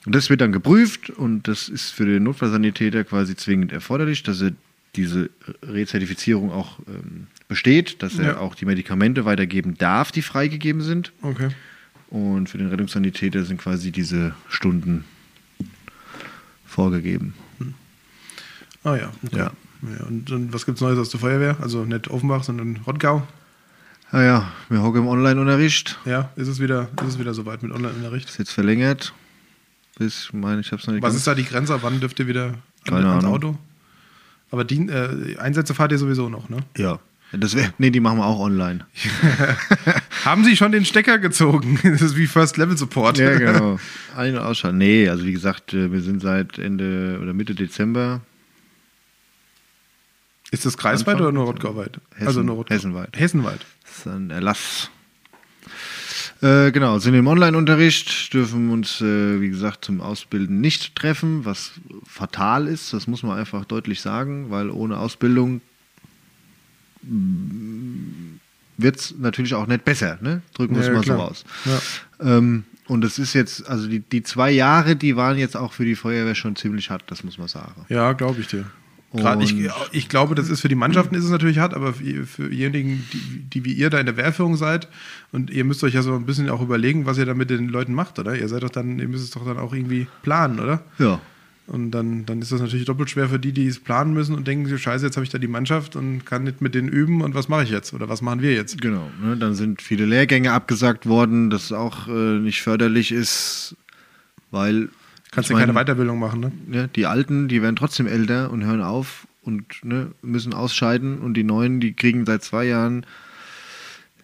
Speaker 1: Und das wird dann geprüft und das ist für den Notfallsanitäter quasi zwingend erforderlich, dass er diese Rezertifizierung auch ähm, besteht, dass er
Speaker 2: Ja.
Speaker 1: auch die Medikamente weitergeben darf, die freigegeben sind.
Speaker 2: Okay.
Speaker 1: Und für den Rettungssanitäter sind quasi diese Stunden vorgegeben.
Speaker 2: Ah ja. Okay.
Speaker 1: Ja.
Speaker 2: ja und, und was gibt's Neues aus der Feuerwehr? Also nicht Offenbach, sondern Rottgau.
Speaker 1: Naja, Ah wir hocken im Online-Unterricht.
Speaker 2: Ja, ist es wieder, ist es wieder soweit mit Online-Unterricht.
Speaker 1: Ist jetzt verlängert. Bis, ich meine, ich hab's noch nicht
Speaker 2: Was
Speaker 1: ganz-
Speaker 2: ist da die Grenze? Ab wann dürft ihr wieder an,
Speaker 1: Keine
Speaker 2: ans
Speaker 1: Ahnung.
Speaker 2: Auto? Aber Dien, äh, Einsätze fahrt ihr sowieso noch, ne?
Speaker 1: Ja. Das wär, nee, die machen wir auch online.
Speaker 2: Haben Sie schon den Stecker gezogen? Das ist wie First Level Support.
Speaker 1: Ja, genau. Ein- und ausschalten. Nee, also wie gesagt, äh, wir sind seit Ende oder Mitte Dezember
Speaker 2: Ist das kreisweit
Speaker 1: Anfang?
Speaker 2: oder nur Rottgauweit?
Speaker 1: Hessen-
Speaker 2: nur
Speaker 1: Hessenweit.
Speaker 2: Hessenweit.
Speaker 1: Das ist ein Erlass. Äh, genau, sind im Online-Unterricht, dürfen uns, äh, wie gesagt, zum Ausbilden nicht treffen, was fatal ist, das muss man einfach deutlich sagen, weil ohne Ausbildung wird es natürlich auch nicht besser, ne? drücken wir es
Speaker 2: Ja,
Speaker 1: mal so
Speaker 2: klar.
Speaker 1: aus.
Speaker 2: Ja.
Speaker 1: Ähm, und es ist jetzt, also die, die zwei Jahre, die waren jetzt auch für die Feuerwehr schon ziemlich hart, das muss man sagen.
Speaker 2: Ja, glaube ich dir. Gerade ich, äh,
Speaker 1: Und-
Speaker 2: ich glaube, das ist für die Mannschaften ist es natürlich hart, aber für, für diejenigen, die, die wie ihr da in der Wehrführung seid und ihr müsst euch ja so ein bisschen auch überlegen, was ihr da mit den Leuten macht, oder? Ihr seid doch dann, ihr müsst es doch dann auch irgendwie planen, oder?
Speaker 1: Ja,
Speaker 2: Und dann, dann ist das natürlich doppelt schwer für die, die es planen müssen und denken, so, scheiße, jetzt habe ich da die Mannschaft und kann nicht mit denen üben und was mache ich jetzt oder was machen wir jetzt?
Speaker 1: Genau, ne? dann sind viele Lehrgänge abgesagt worden, das auch äh, nicht förderlich ist, weil
Speaker 2: Kannst
Speaker 1: ich
Speaker 2: ja keine
Speaker 1: meine,
Speaker 2: Weiterbildung machen, ne?
Speaker 1: ne, die Alten, die werden trotzdem älter und hören auf und ne, müssen ausscheiden und die Neuen, die kriegen seit zwei Jahren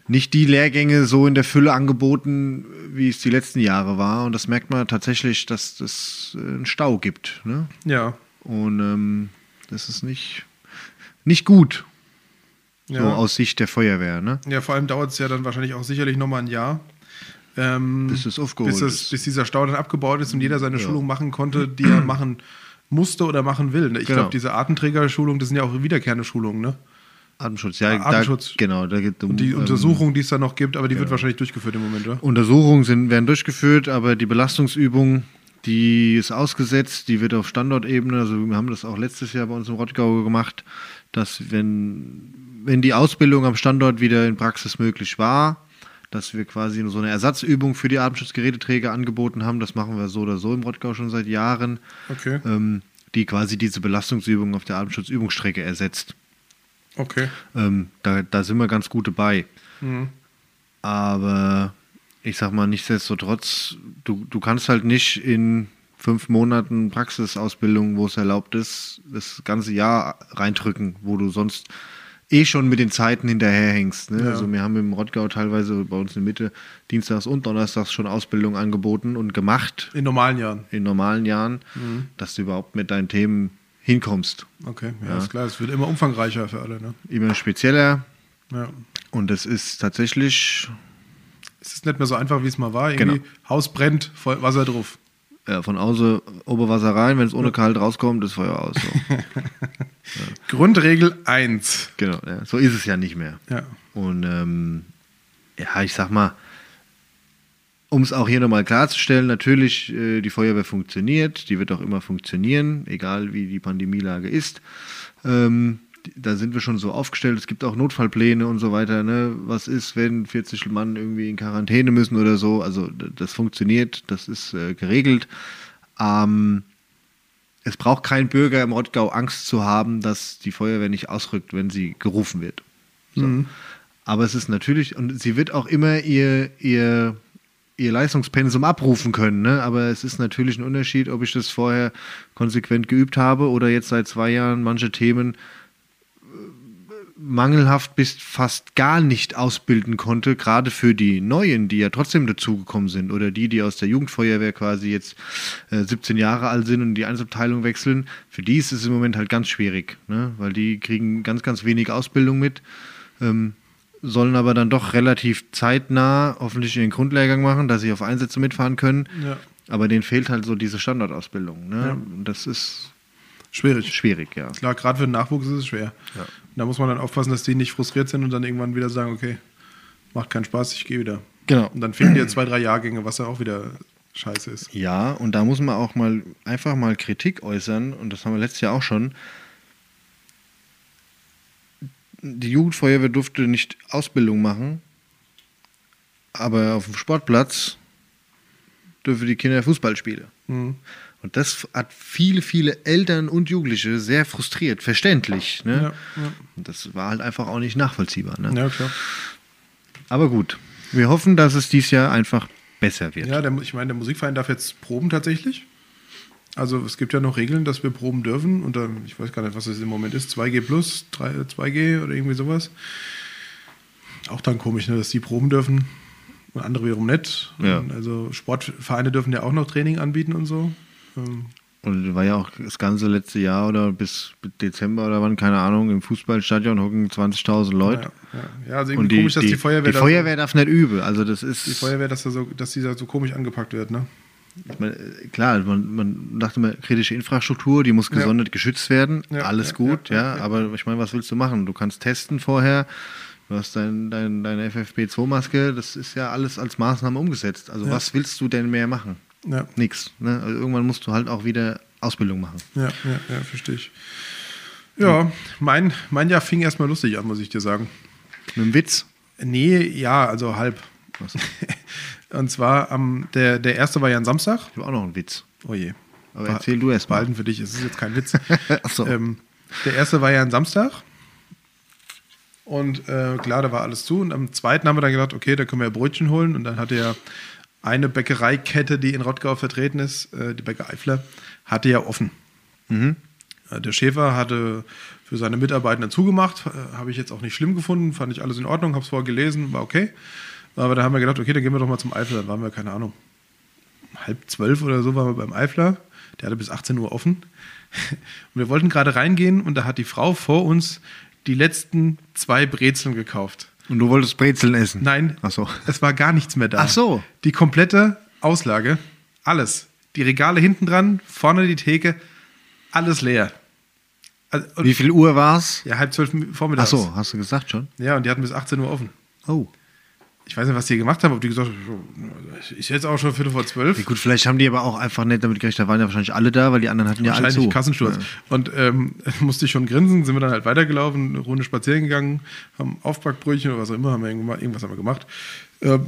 Speaker 1: nicht die Lehrgänge so in der Fülle angeboten, wie es die letzten Jahre war und das merkt man tatsächlich, dass es das, äh, einen Stau gibt ne?
Speaker 2: Ja.
Speaker 1: und ähm, das ist nicht, nicht gut,
Speaker 2: ja.
Speaker 1: so aus Sicht der Feuerwehr. Ne?
Speaker 2: Ja, vor allem dauert es ja dann wahrscheinlich auch sicherlich nochmal ein Jahr. Ähm,
Speaker 1: Bis es aufgeholt
Speaker 2: bis, das,
Speaker 1: ist.
Speaker 2: bis dieser Stau dann abgebaut ist und jeder seine Schulung machen konnte, die er machen musste oder machen will. Ich
Speaker 1: Genau.
Speaker 2: glaube, diese Artenträgerschulung, das sind ja auch wiederkehrende Schulungen, ne?
Speaker 1: Atemschutz, ja,
Speaker 2: Ah, Atemschutz.
Speaker 1: Da, genau, da gibt
Speaker 2: Und die
Speaker 1: ähm,
Speaker 2: Untersuchung, die es da noch gibt, aber die wird wahrscheinlich durchgeführt im Moment, oder?
Speaker 1: Untersuchungen sind, werden durchgeführt, aber die Belastungsübung, die ist ausgesetzt, die wird auf Standortebene, also wir haben das auch letztes Jahr bei uns im Rottgau gemacht, dass wenn, wenn die Ausbildung am Standort wieder in Praxis möglich war, dass wir quasi so eine Ersatzübung für die Atemschutzgeräteträger angeboten haben, das machen wir so oder so im Rottgau schon seit Jahren,
Speaker 2: Okay.
Speaker 1: ähm, die quasi diese Belastungsübung auf der Atemschutzübungsstrecke ersetzt.
Speaker 2: Okay.
Speaker 1: Ähm, da, da sind wir ganz gut dabei. Aber ich sag mal, nichtsdestotrotz, du, du kannst halt nicht in fünf Monaten Praxisausbildung, wo es erlaubt ist, das ganze Jahr reindrücken, wo du sonst eh schon mit den Zeiten hinterherhängst. Ne? Also wir haben im Rottgau teilweise bei uns in Mitte dienstags und donnerstags schon Ausbildung angeboten und gemacht
Speaker 2: In normalen Jahren.
Speaker 1: in normalen Jahren, dass du überhaupt mit deinen Themen hinkommst.
Speaker 2: Okay, ja, ist klar. Es wird immer umfangreicher für alle. Ne?
Speaker 1: Immer spezieller
Speaker 2: Ja.
Speaker 1: und das ist tatsächlich
Speaker 2: Es ist nicht mehr so einfach, wie es mal war. Irgendwie
Speaker 1: Genau.
Speaker 2: Haus brennt, voll Wasser drauf.
Speaker 1: Ja, von außen Oberwasser rein, wenn es ohne Kalt rauskommt, ist Feuer aus. So,
Speaker 2: Grundregel 1.
Speaker 1: genau, ja. so ist es ja nicht mehr.
Speaker 2: Ja.
Speaker 1: Und ähm, ja, ich sag mal, um es auch hier nochmal klarzustellen, natürlich, äh, die Feuerwehr funktioniert, die wird auch immer funktionieren, egal wie die Pandemielage ist. Ähm, die- da sind wir schon so aufgestellt, es gibt auch Notfallpläne und so weiter. Ne? Was ist, wenn 40 Mann irgendwie in Quarantäne müssen oder so? Also d- das funktioniert, das ist äh, geregelt. Ähm, es braucht kein Bürger im Rottgau Angst zu haben, dass die Feuerwehr nicht ausrückt, wenn sie gerufen wird. So. Aber es ist natürlich, und sie wird auch immer ihr, ihr, ihr Leistungspensum abrufen können, ne? aber es ist natürlich ein Unterschied, ob ich das vorher konsequent geübt habe oder jetzt seit zwei Jahren manche Themen äh, mangelhaft bis fast gar nicht ausbilden konnte, gerade für die Neuen, die ja trotzdem dazugekommen sind oder die, die aus der Jugendfeuerwehr quasi jetzt äh, 17 Jahre alt sind und die Einsatzabteilung wechseln, für die ist es im Moment halt ganz schwierig, ne? weil die kriegen ganz, ganz wenig Ausbildung mit ähm, sollen aber dann doch relativ zeitnah hoffentlich ihren Grundlehrgang machen, dass sie auf Einsätze mitfahren können.
Speaker 2: Ja.
Speaker 1: Aber denen fehlt halt so diese Standardausbildung. Ne? Und das ist
Speaker 2: Schwierig.
Speaker 1: schwierig, ja.
Speaker 2: Klar, gerade für den Nachwuchs ist es schwer.
Speaker 1: Ja.
Speaker 2: Und da muss man dann aufpassen, dass die nicht frustriert sind und dann irgendwann wieder sagen, okay, macht keinen Spaß, ich gehe wieder.
Speaker 1: Genau.
Speaker 2: Und dann fehlen dir zwei, drei Jahrgänge, was ja auch wieder scheiße ist.
Speaker 1: Ja, und da muss man auch mal einfach mal Kritik äußern, und das haben wir letztes Jahr auch schon. Die Jugendfeuerwehr durfte nicht Ausbildung machen, aber auf dem Sportplatz dürfen die Kinder Fußball spielen.
Speaker 2: Mhm.
Speaker 1: Und das hat viele, viele Eltern und Jugendliche sehr frustriert, verständlich. Ne?
Speaker 2: Ja, ja.
Speaker 1: Und das war halt einfach auch nicht nachvollziehbar. Ne?
Speaker 2: Ja, klar.
Speaker 1: Aber gut, wir hoffen, dass es dieses Jahr einfach besser wird.
Speaker 2: Ja, der, ich meine, der Musikverein darf jetzt proben tatsächlich. Also es gibt ja noch Regeln, dass wir proben dürfen. Und dann, ich weiß gar nicht, was es im Moment ist. 2G plus, 3, 2G oder irgendwie sowas. Auch dann komisch, ne, dass die proben dürfen und andere wiederum nicht.
Speaker 1: Ja.
Speaker 2: Und Also Sportvereine dürfen ja auch noch Training anbieten und so. Ähm,
Speaker 1: Und war ja auch das ganze letzte Jahr oder bis Dezember oder wann, keine Ahnung, im Fußballstadion hocken 20.000 Leute.
Speaker 2: ja, ja. ja, also irgendwie
Speaker 1: Und die,
Speaker 2: komisch, dass die, Feuerwehr,
Speaker 1: die
Speaker 2: da
Speaker 1: Feuerwehr darf nicht üben. Also das ist,
Speaker 2: so, die Feuerwehr dass, da so, dass die da so komisch angepackt wird, ne?
Speaker 1: ich meine, äh, klar, man, man dachte immer, kritische Infrastruktur, die muss gesondert geschützt werden.
Speaker 2: Ja,
Speaker 1: Alles
Speaker 2: ja,
Speaker 1: gut,
Speaker 2: ja,
Speaker 1: ja, Aber ich meine, was willst du machen? Du kannst testen vorher, du hast dein, dein, deine FFP2-Maske, das ist ja alles als Maßnahme umgesetzt. Also was willst du denn mehr machen?
Speaker 2: Ja.
Speaker 1: Nix. Ne? Also irgendwann musst du halt auch wieder Ausbildung machen.
Speaker 2: Ja, ja, ja, verstehe ich.
Speaker 1: Hm.
Speaker 2: Ja, mein, mein Jahr fing erstmal lustig an, muss ich dir sagen.
Speaker 1: Mit einem Witz.
Speaker 2: Nee, ja, also halb.
Speaker 1: Was?
Speaker 2: Und zwar am, der, der erste war ja ein Samstag.
Speaker 1: Ich habe auch noch einen Witz.
Speaker 2: Oh je.
Speaker 1: Aber erzähl du erst mal.
Speaker 2: Behalten für dich, es ist jetzt kein Witz.
Speaker 1: Achso.
Speaker 2: ähm, der erste war ja ein Samstag. Und äh, klar, da war alles zu. Und am zweiten haben wir dann gedacht, okay, da können wir ja Brötchen holen. Und dann hatte ja eine Bäckereikette, die in Rottgau vertreten ist, äh, die Bäcker Eifler, hatte ja offen. Äh, Der Schäfer hatte für seine Mitarbeitenden zugemacht, äh, habe ich jetzt auch nicht schlimm gefunden, fand ich alles in Ordnung, habe es vorher gelesen, war okay. Aber da haben wir gedacht, okay, dann gehen wir doch mal zum Eifler. Dann waren wir, keine Ahnung, halb zwölf oder so waren wir beim Eifler. Der hatte bis 18 Uhr offen. Und wir wollten gerade reingehen und da hat die Frau vor uns die letzten zwei Brezeln gekauft.
Speaker 1: Und du wolltest Brezeln essen?
Speaker 2: Nein,
Speaker 1: Achso.
Speaker 2: es war gar nichts mehr da.
Speaker 1: Ach so.
Speaker 2: Die komplette Auslage, alles. Die Regale hinten dran, vorne die Theke, alles leer. Also, und-
Speaker 1: Wie viel Uhr war's?
Speaker 2: ja, halb zwölf
Speaker 1: Ach
Speaker 2: vormittags.
Speaker 1: so, hast du gesagt schon?
Speaker 2: Ja, und die hatten bis 18 Uhr offen.
Speaker 1: Oh.
Speaker 2: Ich weiß nicht, was die gemacht haben, ob die gesagt haben, ist jetzt auch schon Viertel vor zwölf.
Speaker 1: Ja, gut, vielleicht haben die aber auch einfach nicht damit gerechnet. Da waren ja wahrscheinlich alle da, weil die anderen hatten ja alle zu.
Speaker 2: Wahrscheinlich Kassensturz. Und ähm, musste ich schon grinsen, sind wir dann halt weitergelaufen, eine Runde spazieren gegangen, haben Aufbackbrötchen oder was auch immer, haben wir irgendwo mal- irgendwas haben wir gemacht. Ähm,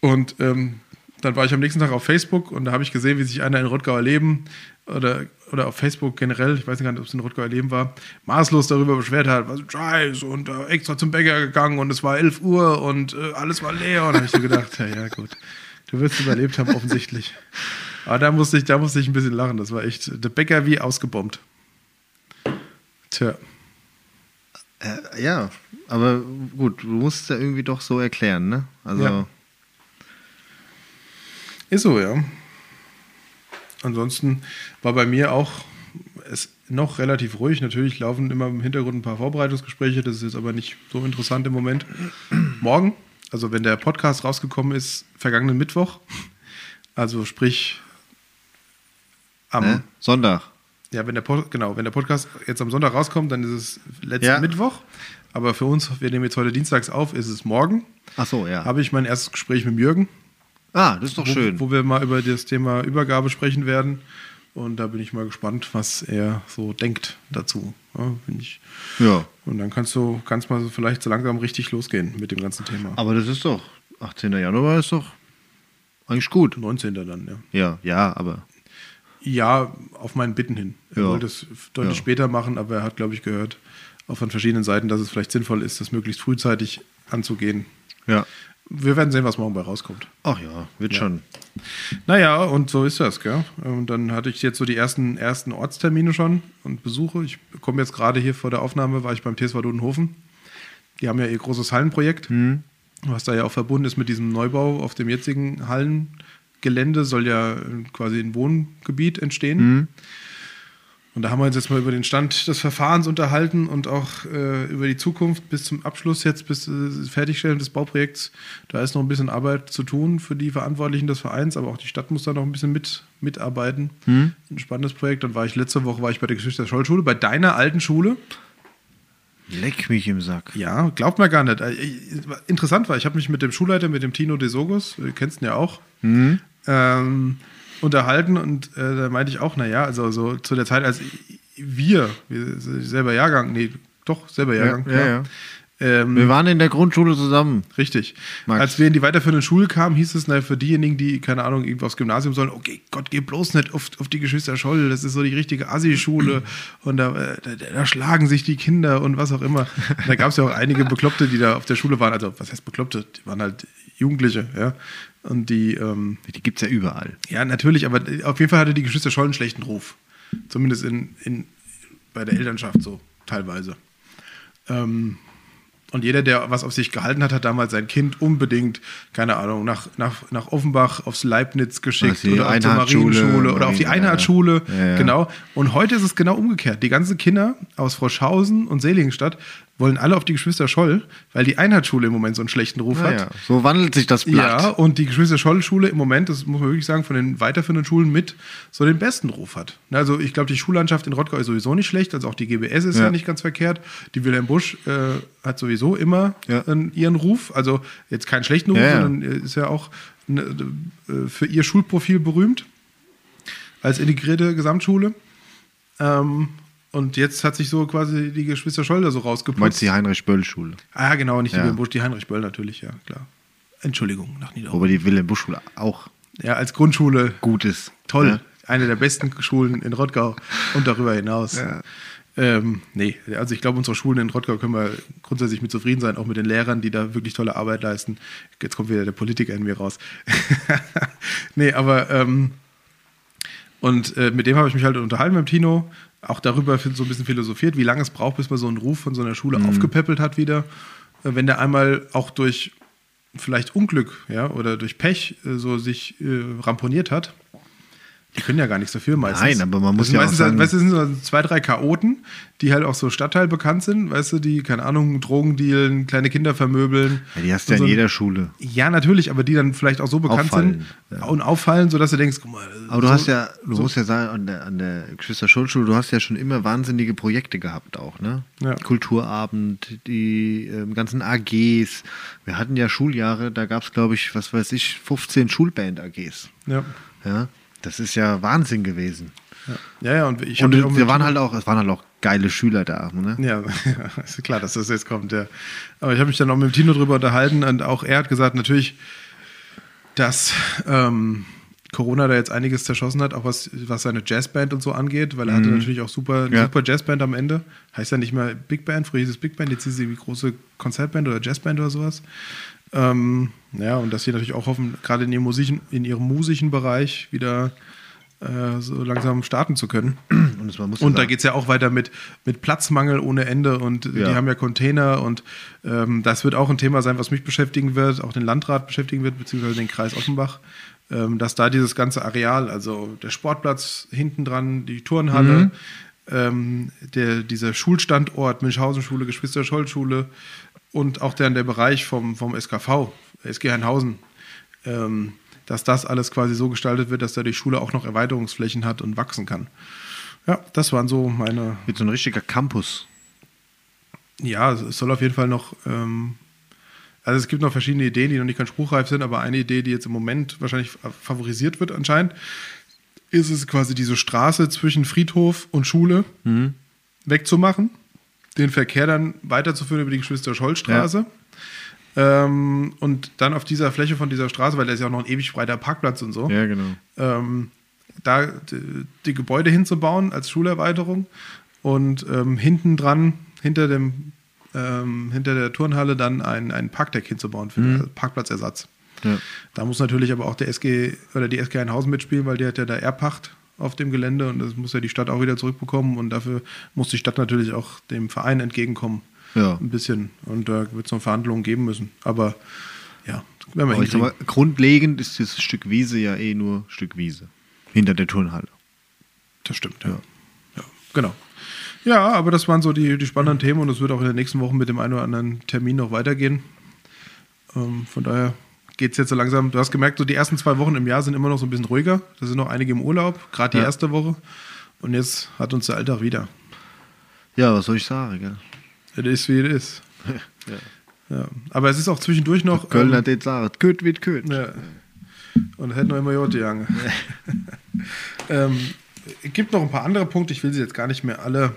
Speaker 2: und ähm, Dann war ich am nächsten Tag auf Facebook und da habe ich gesehen, wie sich einer in Rottgauer Leben oder, oder auf Facebook generell, ich weiß nicht, ob es in Rottgauer Leben war, maßlos darüber beschwert hat, was Scheiße und äh, extra zum Bäcker gegangen und es war 11 Uhr und äh, alles war leer. Und da habe ich so gedacht, ja, ja, gut, du wirst überlebt haben, offensichtlich. Aber da musste ich, da musste ich ein bisschen lachen, das war echt, der Bäcker wie ausgebombt. Tja.
Speaker 1: Äh, ja, aber gut, du musst es ja irgendwie doch so erklären, ne? Also.
Speaker 2: Ja. Ist so, ja. Ansonsten war bei mir auch es noch relativ ruhig. Natürlich laufen immer im Hintergrund ein paar Vorbereitungsgespräche. Das ist jetzt aber nicht so interessant im Moment. Morgen, also wenn der Podcast rausgekommen ist, vergangenen Mittwoch, also sprich am,
Speaker 1: Ne? Sonntag.
Speaker 2: ja, wenn der Pod, genau, wenn der Podcast jetzt am Sonntag rauskommt, dann ist es letzten
Speaker 1: Ja.
Speaker 2: Mittwoch. Aber für uns, wir nehmen jetzt heute dienstags auf, ist es morgen.
Speaker 1: Ach so, ja.
Speaker 2: Habe ich mein erstes Gespräch mit Jürgen.
Speaker 1: ah, das ist doch
Speaker 2: wo,
Speaker 1: schön.
Speaker 2: Wo wir mal über das Thema Übergabe sprechen werden. Und da bin ich mal gespannt, was er so denkt dazu. Ja, bin ich.
Speaker 1: ja.
Speaker 2: Und dann kannst du kannst mal so vielleicht so langsam richtig losgehen mit dem ganzen Thema.
Speaker 1: Aber das ist doch, 18. Januar ist doch eigentlich gut.
Speaker 2: 19. dann, ja.
Speaker 1: Ja, ja, aber
Speaker 2: Ja, auf meinen Bitten hin. Er
Speaker 1: Ja.
Speaker 2: wollte es deutlich
Speaker 1: Ja.
Speaker 2: später machen, aber er hat, glaube ich, gehört auch von verschiedenen Seiten, dass es vielleicht sinnvoll ist, das möglichst frühzeitig anzugehen.
Speaker 1: ja.
Speaker 2: Wir werden sehen, was morgen bei rauskommt.
Speaker 1: Ach ja, wird
Speaker 2: Ja.
Speaker 1: schon.
Speaker 2: Naja, und so ist das, gell? Und dann hatte ich jetzt so die ersten, ersten Ortstermine schon und Besuche. Ich komme jetzt gerade hier vor der Aufnahme, war ich beim TSV Dudenhofen. Die haben ja ihr großes Hallenprojekt, was da ja auch verbunden ist mit diesem Neubau auf dem jetzigen Hallengelände, soll ja äh, quasi ein Wohngebiet entstehen. Und da haben wir uns jetzt mal über den Stand des Verfahrens unterhalten und auch äh, über die Zukunft bis zum Abschluss jetzt, bis äh, Fertigstellung des Bauprojekts. Da ist noch ein bisschen Arbeit zu tun für die Verantwortlichen des Vereins, aber auch die Stadt muss da noch ein bisschen mit, mitarbeiten. Ein spannendes Projekt. Dann war ich letzte Woche war ich bei der Geschichte der Schollschule, bei deiner alten Schule.
Speaker 1: Leck mich im Sack.
Speaker 2: Ja, glaubt man gar nicht. Äh, äh, Interessant war, ich habe mich mit dem Schulleiter, mit dem Tino Desogos, du kennst ihn ja auch,
Speaker 1: Mhm.
Speaker 2: ähm, unterhalten und äh, da meinte ich auch, naja, also so zu der Zeit, als i- wir, wir selber Jahrgang, nee, doch, selber Jahrgang,
Speaker 1: ja, ja.
Speaker 2: Ähm,
Speaker 1: Wir waren in der Grundschule zusammen.
Speaker 2: Richtig.
Speaker 1: Max.
Speaker 2: Als wir in die weiterführende Schule kamen, hieß es, na, für diejenigen, die, keine Ahnung, irgendwo aufs Gymnasium sollen, okay, Gott, geh bloß nicht auf, auf die Geschwister Scholl, das ist so die richtige Assi-Schule und da, äh, da, da schlagen sich die Kinder und was auch immer. Und da gab es ja auch einige Bekloppte, die da auf der Schule waren, also was heißt Bekloppte, die waren halt Jugendliche, ja. Und die, ähm,
Speaker 1: Die gibt's ja überall.
Speaker 2: ja, natürlich, aber auf jeden Fall hatte die Geschwister Scholl einen schlechten Ruf. Zumindest in, in, bei der Elternschaft so, teilweise. Ähm, und jeder, der was auf sich gehalten hat, hat damals sein Kind unbedingt, keine Ahnung, nach, nach, nach Offenbach aufs Leibniz
Speaker 1: Auf
Speaker 2: geschickt
Speaker 1: die
Speaker 2: oder auf die
Speaker 1: Einheitsschule,
Speaker 2: Marienschule oder auf die
Speaker 1: Marien-
Speaker 2: Einheitsschule.
Speaker 1: ja, ja.
Speaker 2: Genau. Und heute ist es genau umgekehrt. Die ganzen Kinder aus Froschhausen und Seligenstadt wollen alle auf die Geschwister Scholl, weil die Einheitsschule im Moment so einen schlechten Ruf hat.
Speaker 1: Naja, so wandelt sich das Blatt.
Speaker 2: Ja, und die Geschwister-Scholl-Schule im Moment, das muss man wirklich sagen, von den weiterführenden Schulen mit so den besten Ruf hat. Na, Also ich glaube, die Schullandschaft in Rottgau ist sowieso nicht schlecht, also auch die GBS ist ja,
Speaker 1: Ja.
Speaker 2: nicht ganz verkehrt. Die Wilhelm Busch äh, hat sowieso immer
Speaker 1: Ja.
Speaker 2: einen- ihren Ruf, also jetzt keinen schlechten Ruf,
Speaker 1: Ja, ja.
Speaker 2: sondern äh, ist ja auch ne, äh, für ihr Schulprofil berühmt als integrierte Gesamtschule. Ähm, und jetzt hat sich so quasi die Geschwister Scholl da so
Speaker 1: Du meinst
Speaker 2: rausgeputzt.
Speaker 1: die Heinrich-Böll-Schule?
Speaker 2: Ah, genau, nicht die
Speaker 1: Ja.
Speaker 2: Wilhelm Busch, die Heinrich Böll natürlich, ja, klar. Entschuldigung, nach Niederhof.
Speaker 1: Wobei die Wilhelm-Busch-Schule auch
Speaker 2: Ja, als Grundschule
Speaker 1: gut ist.
Speaker 2: toll.
Speaker 1: Ne?
Speaker 2: Eine der besten Schulen in Rottgau und darüber hinaus.
Speaker 1: Ja.
Speaker 2: Ähm, nee, also ich glaube, unsere Schulen in Rottgau können wir grundsätzlich mit zufrieden sein, auch mit den Lehrern, die da wirklich tolle Arbeit leisten. Jetzt kommt wieder der Politiker in mir raus. nee, aber ähm, und äh, mit dem habe ich mich halt unterhalten, mit dem Tino, auch darüber so ein bisschen philosophiert, wie lange es braucht, bis man so einen Ruf von so einer Schule aufgepäppelt hat wieder. Äh, Wenn der einmal auch durch vielleicht Unglück ja, oder durch Pech äh, so sich äh, ramponiert hat. Die können ja gar nichts dafür meistens.
Speaker 1: Nein, aber man muss
Speaker 2: Das sind
Speaker 1: ja auch
Speaker 2: meistens, halt,
Speaker 1: sagen-
Speaker 2: Weißt du, das sind so zwei, drei Chaoten, die halt auch so Stadtteil bekannt sind, weißt du, die, keine Ahnung, Drogen dealen, kleine Kinder vermöbeln.
Speaker 1: Ja, die hast
Speaker 2: Und
Speaker 1: du ja
Speaker 2: so
Speaker 1: in
Speaker 2: ein-
Speaker 1: jeder Schule.
Speaker 2: Ja, natürlich, aber die dann vielleicht auch so bekannt
Speaker 1: Auffallen,
Speaker 2: sind und auffallen, sodass du denkst, guck mal.
Speaker 1: Aber du
Speaker 2: so,
Speaker 1: hast ja, du musst ja sagen, an der, an der Geschwister-Schul-Schule, du hast ja schon immer wahnsinnige Projekte gehabt auch, ne?
Speaker 2: Ja.
Speaker 1: Kulturabend, die ähm, ganzen AGs. Wir hatten ja Schuljahre, da gab es, glaube ich, was weiß ich, 15 Schulband-AGs.
Speaker 2: Ja.
Speaker 1: Ja, das ist ja Wahnsinn gewesen.
Speaker 2: Ja, ja, und ich hab
Speaker 1: Und
Speaker 2: mich auch
Speaker 1: wir
Speaker 2: mit-
Speaker 1: waren halt auch, es waren halt auch geile Schüler da, ne?
Speaker 2: Ja, ist klar, dass das jetzt kommt. Ja. Aber ich habe mich dann auch mit dem Tino drüber unterhalten und auch er hat gesagt, natürlich dass ähm, Corona da jetzt einiges zerschossen hat, auch was, was seine Jazzband und so angeht, weil er hatte natürlich auch super, eine
Speaker 1: Ja.
Speaker 2: super Jazzband am Ende. Heißt ja nicht mehr Big Band, früher hieß es Big Band, jetzt ist sie irgendwie große Konzertband oder Jazzband oder sowas. Ähm, ja, und dass sie natürlich auch hoffen, gerade in ihrem musischen, in ihrem musischen Bereich wieder äh, so langsam starten zu können.
Speaker 1: Und, das, man muss ja
Speaker 2: Mhm. Und da
Speaker 1: sagen,
Speaker 2: geht es ja auch weiter mit, mit Platzmangel ohne Ende und
Speaker 1: Ja.
Speaker 2: die haben ja Container und ähm, das wird auch ein Thema sein, was mich beschäftigen wird, auch den Landrat beschäftigen wird, beziehungsweise den Kreis Offenbach, ähm, dass da dieses ganze Areal, also der Sportplatz hinten dran, die
Speaker 1: Mhm.
Speaker 2: Turnhalle, ähm, der, dieser Schulstandort, Münchhausen-Schule, Geschwister-Scholl-Schule und auch dann der Bereich vom, vom SKV, SG Herrnhausen, ähm, dass das alles quasi so gestaltet wird, dass da die Schule auch noch Erweiterungsflächen hat und wachsen kann. Ja, das waren so meine.
Speaker 1: wird so ein richtiger Campus.
Speaker 2: Ja, es soll auf jeden Fall noch. Ähm, also es gibt noch verschiedene Ideen, die noch nicht ganz spruchreif sind, aber eine Idee, die jetzt im Moment wahrscheinlich fa- favorisiert wird anscheinend, ist es quasi diese Straße zwischen Friedhof und Schule wegzumachen, den Verkehr dann weiterzuführen über die Geschwister-Scholl-Straße. Ähm, und dann auf dieser Fläche von dieser Straße, weil da ist ja auch noch ein ewig breiter Parkplatz und so,
Speaker 1: genau.
Speaker 2: ähm, da d- die Gebäude hinzubauen als Schulerweiterung und ähm, hinten dran, hinter dem ähm, hinter der Turnhalle dann ein- einen Parkdeck hinzubauen für also Parkplatzersatz.
Speaker 1: Mhm. Ja.
Speaker 2: Da muss natürlich aber auch der SG oder die SG Einhausen mitspielen, weil die hat ja da Erbpacht auf dem Gelände und das muss ja die Stadt auch wieder zurückbekommen und dafür muss die Stadt natürlich auch dem Verein entgegenkommen.
Speaker 1: Ja.
Speaker 2: Ein bisschen. Und da wird es noch Verhandlungen geben müssen. Aber ja, werden wir
Speaker 1: Aber ich sag
Speaker 2: hinkriegen.
Speaker 1: mal, grundlegend ist dieses Stück Wiese ja eh nur Stück Wiese. Hinter der Turnhalle.
Speaker 2: Das stimmt, ja. ja. Genau. Ja, aber das waren so die, die spannenden
Speaker 1: Mhm.
Speaker 2: Themen und es wird auch in den nächsten Wochen mit dem einen oder anderen Termin noch weitergehen. Ähm, von daher geht es jetzt so langsam. Du hast gemerkt, so die ersten zwei Wochen im Jahr sind immer noch so ein bisschen ruhiger. Da sind noch einige im Urlaub, gerade die
Speaker 1: Ja.
Speaker 2: erste Woche. Und jetzt hat uns der Alltag wieder.
Speaker 1: Ja, was soll ich sagen, gell?
Speaker 2: Es ist, wie es ist. ja. Aber es ist auch zwischendurch noch.
Speaker 1: Köln
Speaker 2: ähm,
Speaker 1: hat jetzt gesagt, Köt wird Köt.
Speaker 2: Ja. Und hätten wir immer Jote Jange. ähm, es gibt noch ein paar andere Punkte, ich will sie jetzt gar nicht mehr alle,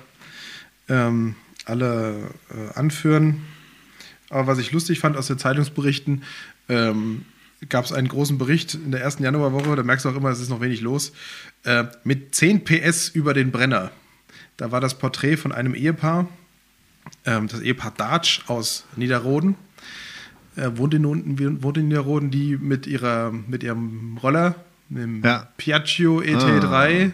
Speaker 2: ähm, alle äh, anführen. Aber was ich lustig fand aus den Zeitungsberichten, ähm, gab es einen großen Bericht in der ersten Januarwoche, da merkst du auch immer, es ist noch wenig los, äh, mit 10 PS über den Brenner. Da war das Porträt von einem Ehepaar, ähm, das Ehepaar Datsch aus Niederroden. Äh, wohnt, in, unten- wohnt in Niederroden, die mit, ihrer, mit ihrem Roller, mit dem
Speaker 1: Ja.
Speaker 2: Piaggio ET3, E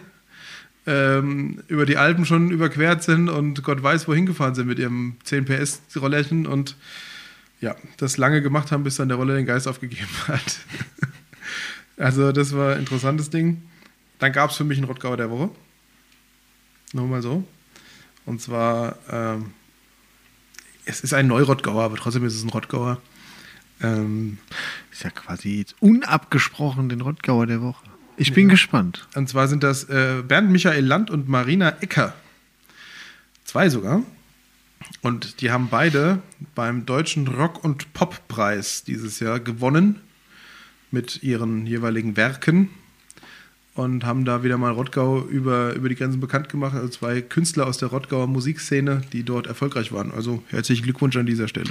Speaker 2: ähm, über die Alpen schon überquert sind und Gott weiß, wohin gefahren sind mit ihrem 10 PS-Rollerchen und ja, das lange gemacht haben, bis dann der Roller den Geist aufgegeben hat. also, das war ein interessantes Ding. Dann gab es für mich einen Rottgauer der Woche. Nur mal so. Und zwar, ähm, es ist ein Neurottgauer, aber trotzdem ist es ein Rottgauer. Ähm,
Speaker 1: Ist ja quasi jetzt unabgesprochen den Rottgauer der Woche. Ich bin gespannt.
Speaker 2: und zwar sind das äh, Bernd Michael Land und Marina Ecker. Zwei sogar. Und die haben beide beim Deutschen Rock- und Poppreis dieses Jahr gewonnen mit ihren jeweiligen Werken und haben da wieder mal Rottgau über, über die Grenzen bekannt gemacht. Also zwei Künstler aus der Rottgauer Musikszene, die dort erfolgreich waren. Also herzlichen Glückwunsch an dieser Stelle.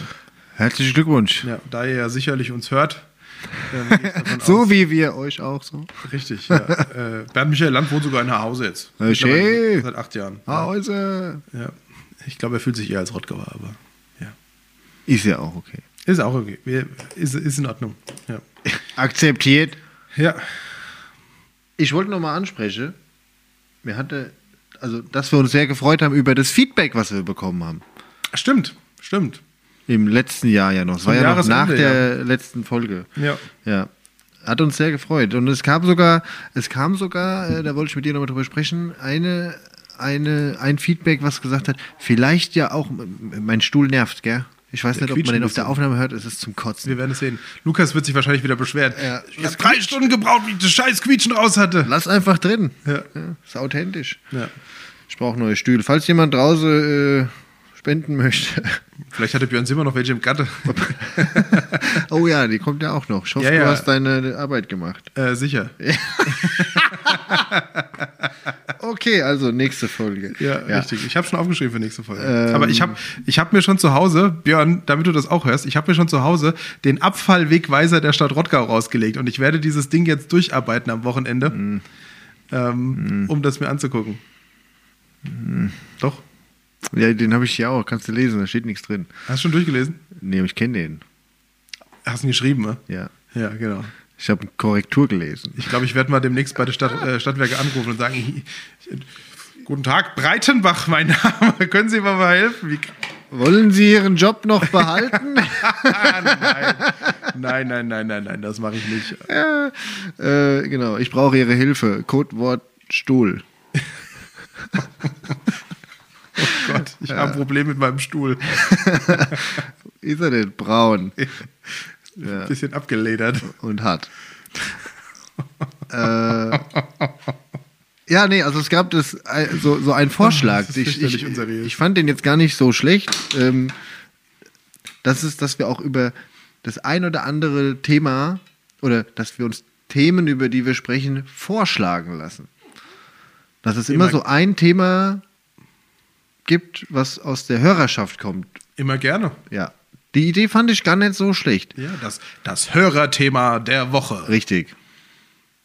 Speaker 1: Herzlichen Glückwunsch.
Speaker 2: Ja, da ihr ja sicherlich uns hört. ähm, gehe ich davon aus-
Speaker 1: So wie wir euch auch so.
Speaker 2: Richtig, ja. äh, Bernd Michael Land wohnt sogar in Hause jetzt.
Speaker 1: Na, schön.
Speaker 2: Mittlerweile Seit acht Jahren.
Speaker 1: Ah, Hause.
Speaker 2: Ja. Ich glaube, er fühlt sich eher als Rottgauer, aber ja.
Speaker 1: Ist ja auch okay.
Speaker 2: Ist auch okay. Wir- Ist, ist in Ordnung. Ja.
Speaker 1: Akzeptiert.
Speaker 2: ja.
Speaker 1: Ich wollte nochmal ansprechen. Mir hatte, also, dass wir uns sehr gefreut haben über das Feedback, was wir bekommen haben.
Speaker 2: Stimmt, stimmt.
Speaker 1: Im letzten Jahr ja noch. Es war ja noch
Speaker 2: Jahresende,
Speaker 1: nach der letzten Folge.
Speaker 2: Ja.
Speaker 1: Ja. Hat uns sehr gefreut. Und es kam sogar, es kam sogar, äh, da wollte ich mit dir nochmal drüber sprechen, eine, eine, ein Feedback, was gesagt hat, vielleicht ja auch, m- mein Stuhl nervt, gell? Ich weiß
Speaker 2: Der
Speaker 1: nicht, ob
Speaker 2: quietscht
Speaker 1: man den
Speaker 2: ein
Speaker 1: auf der
Speaker 2: bisschen.
Speaker 1: Aufnahme hört, es ist zum Kotzen.
Speaker 2: Wir werden es sehen. Lukas wird sich wahrscheinlich wieder beschweren.
Speaker 1: Ja.
Speaker 2: Ich habe drei Stunden gebraucht, wie ich das scheiß Quietschen raus hatte.
Speaker 1: Lass einfach drin.
Speaker 2: Ja.
Speaker 1: ist authentisch.
Speaker 2: Ja.
Speaker 1: Ich brauche neue Stühle. Falls jemand draußen äh, spenden möchte.
Speaker 2: Vielleicht hatte Björn Simmer noch welche im Gatte.
Speaker 1: oh ja, die kommt ja auch noch. Ich hoffe,
Speaker 2: Ja,
Speaker 1: du
Speaker 2: ja.
Speaker 1: hast deine Arbeit gemacht.
Speaker 2: äh, sicher.
Speaker 1: okay, also nächste Folge.
Speaker 2: Ja, richtig. Ich habe schon aufgeschrieben für nächste Folge. Aber ich habe ich hab mir schon zu Hause, Björn, damit du das auch hörst, ich habe mir schon zu Hause den Abfallwegweiser der Stadt Rottgau rausgelegt und ich werde dieses Ding jetzt durcharbeiten am Wochenende, ähm, um das mir anzugucken. Doch?
Speaker 1: Ja, den habe ich ja auch, kannst du lesen, da steht nichts drin.
Speaker 2: Hast du schon durchgelesen?
Speaker 1: Nee, aber ich kenne den.
Speaker 2: Hast du ihn geschrieben, ne?
Speaker 1: Ja.
Speaker 2: Ja, genau.
Speaker 1: Ich habe eine Korrektur gelesen.
Speaker 2: Ich glaube, ich werde mal demnächst bei der Stadt, äh, Stadtwerke anrufen und sagen, ich, ich, guten Tag, Breitenbach, mein Name. Können Sie mir mal helfen? Wie,
Speaker 1: Wollen Sie Ihren Job noch behalten?
Speaker 2: ah, nein. nein, nein, nein, nein, nein, das mache ich nicht. Oh
Speaker 1: äh, äh, genau, ich brauche Ihre Hilfe. Codewort Stuhl.
Speaker 2: Oh Gott, ich habe ein Problem mit meinem Stuhl.
Speaker 1: Ist er denn braun
Speaker 2: Ein bisschen abgeledert.
Speaker 1: und hart? äh, ja, nee, also es gab das, äh, so, so einen Vorschlag.
Speaker 2: Das
Speaker 1: ich,
Speaker 2: ist
Speaker 1: ich,
Speaker 2: fürchterlich unseriös.
Speaker 1: ich fand den jetzt gar nicht so schlecht. Ähm, das ist, dass wir auch über das ein oder andere Thema oder dass wir uns Themen, über die wir sprechen, vorschlagen lassen. Dass es immer
Speaker 2: Immer-
Speaker 1: so ein Thema gibt, was aus der Hörerschaft kommt.
Speaker 2: Immer gerne.
Speaker 1: Ja. Die Idee fand ich gar nicht so schlecht.
Speaker 2: Ja, das, das Hörerthema der Woche.
Speaker 1: Richtig.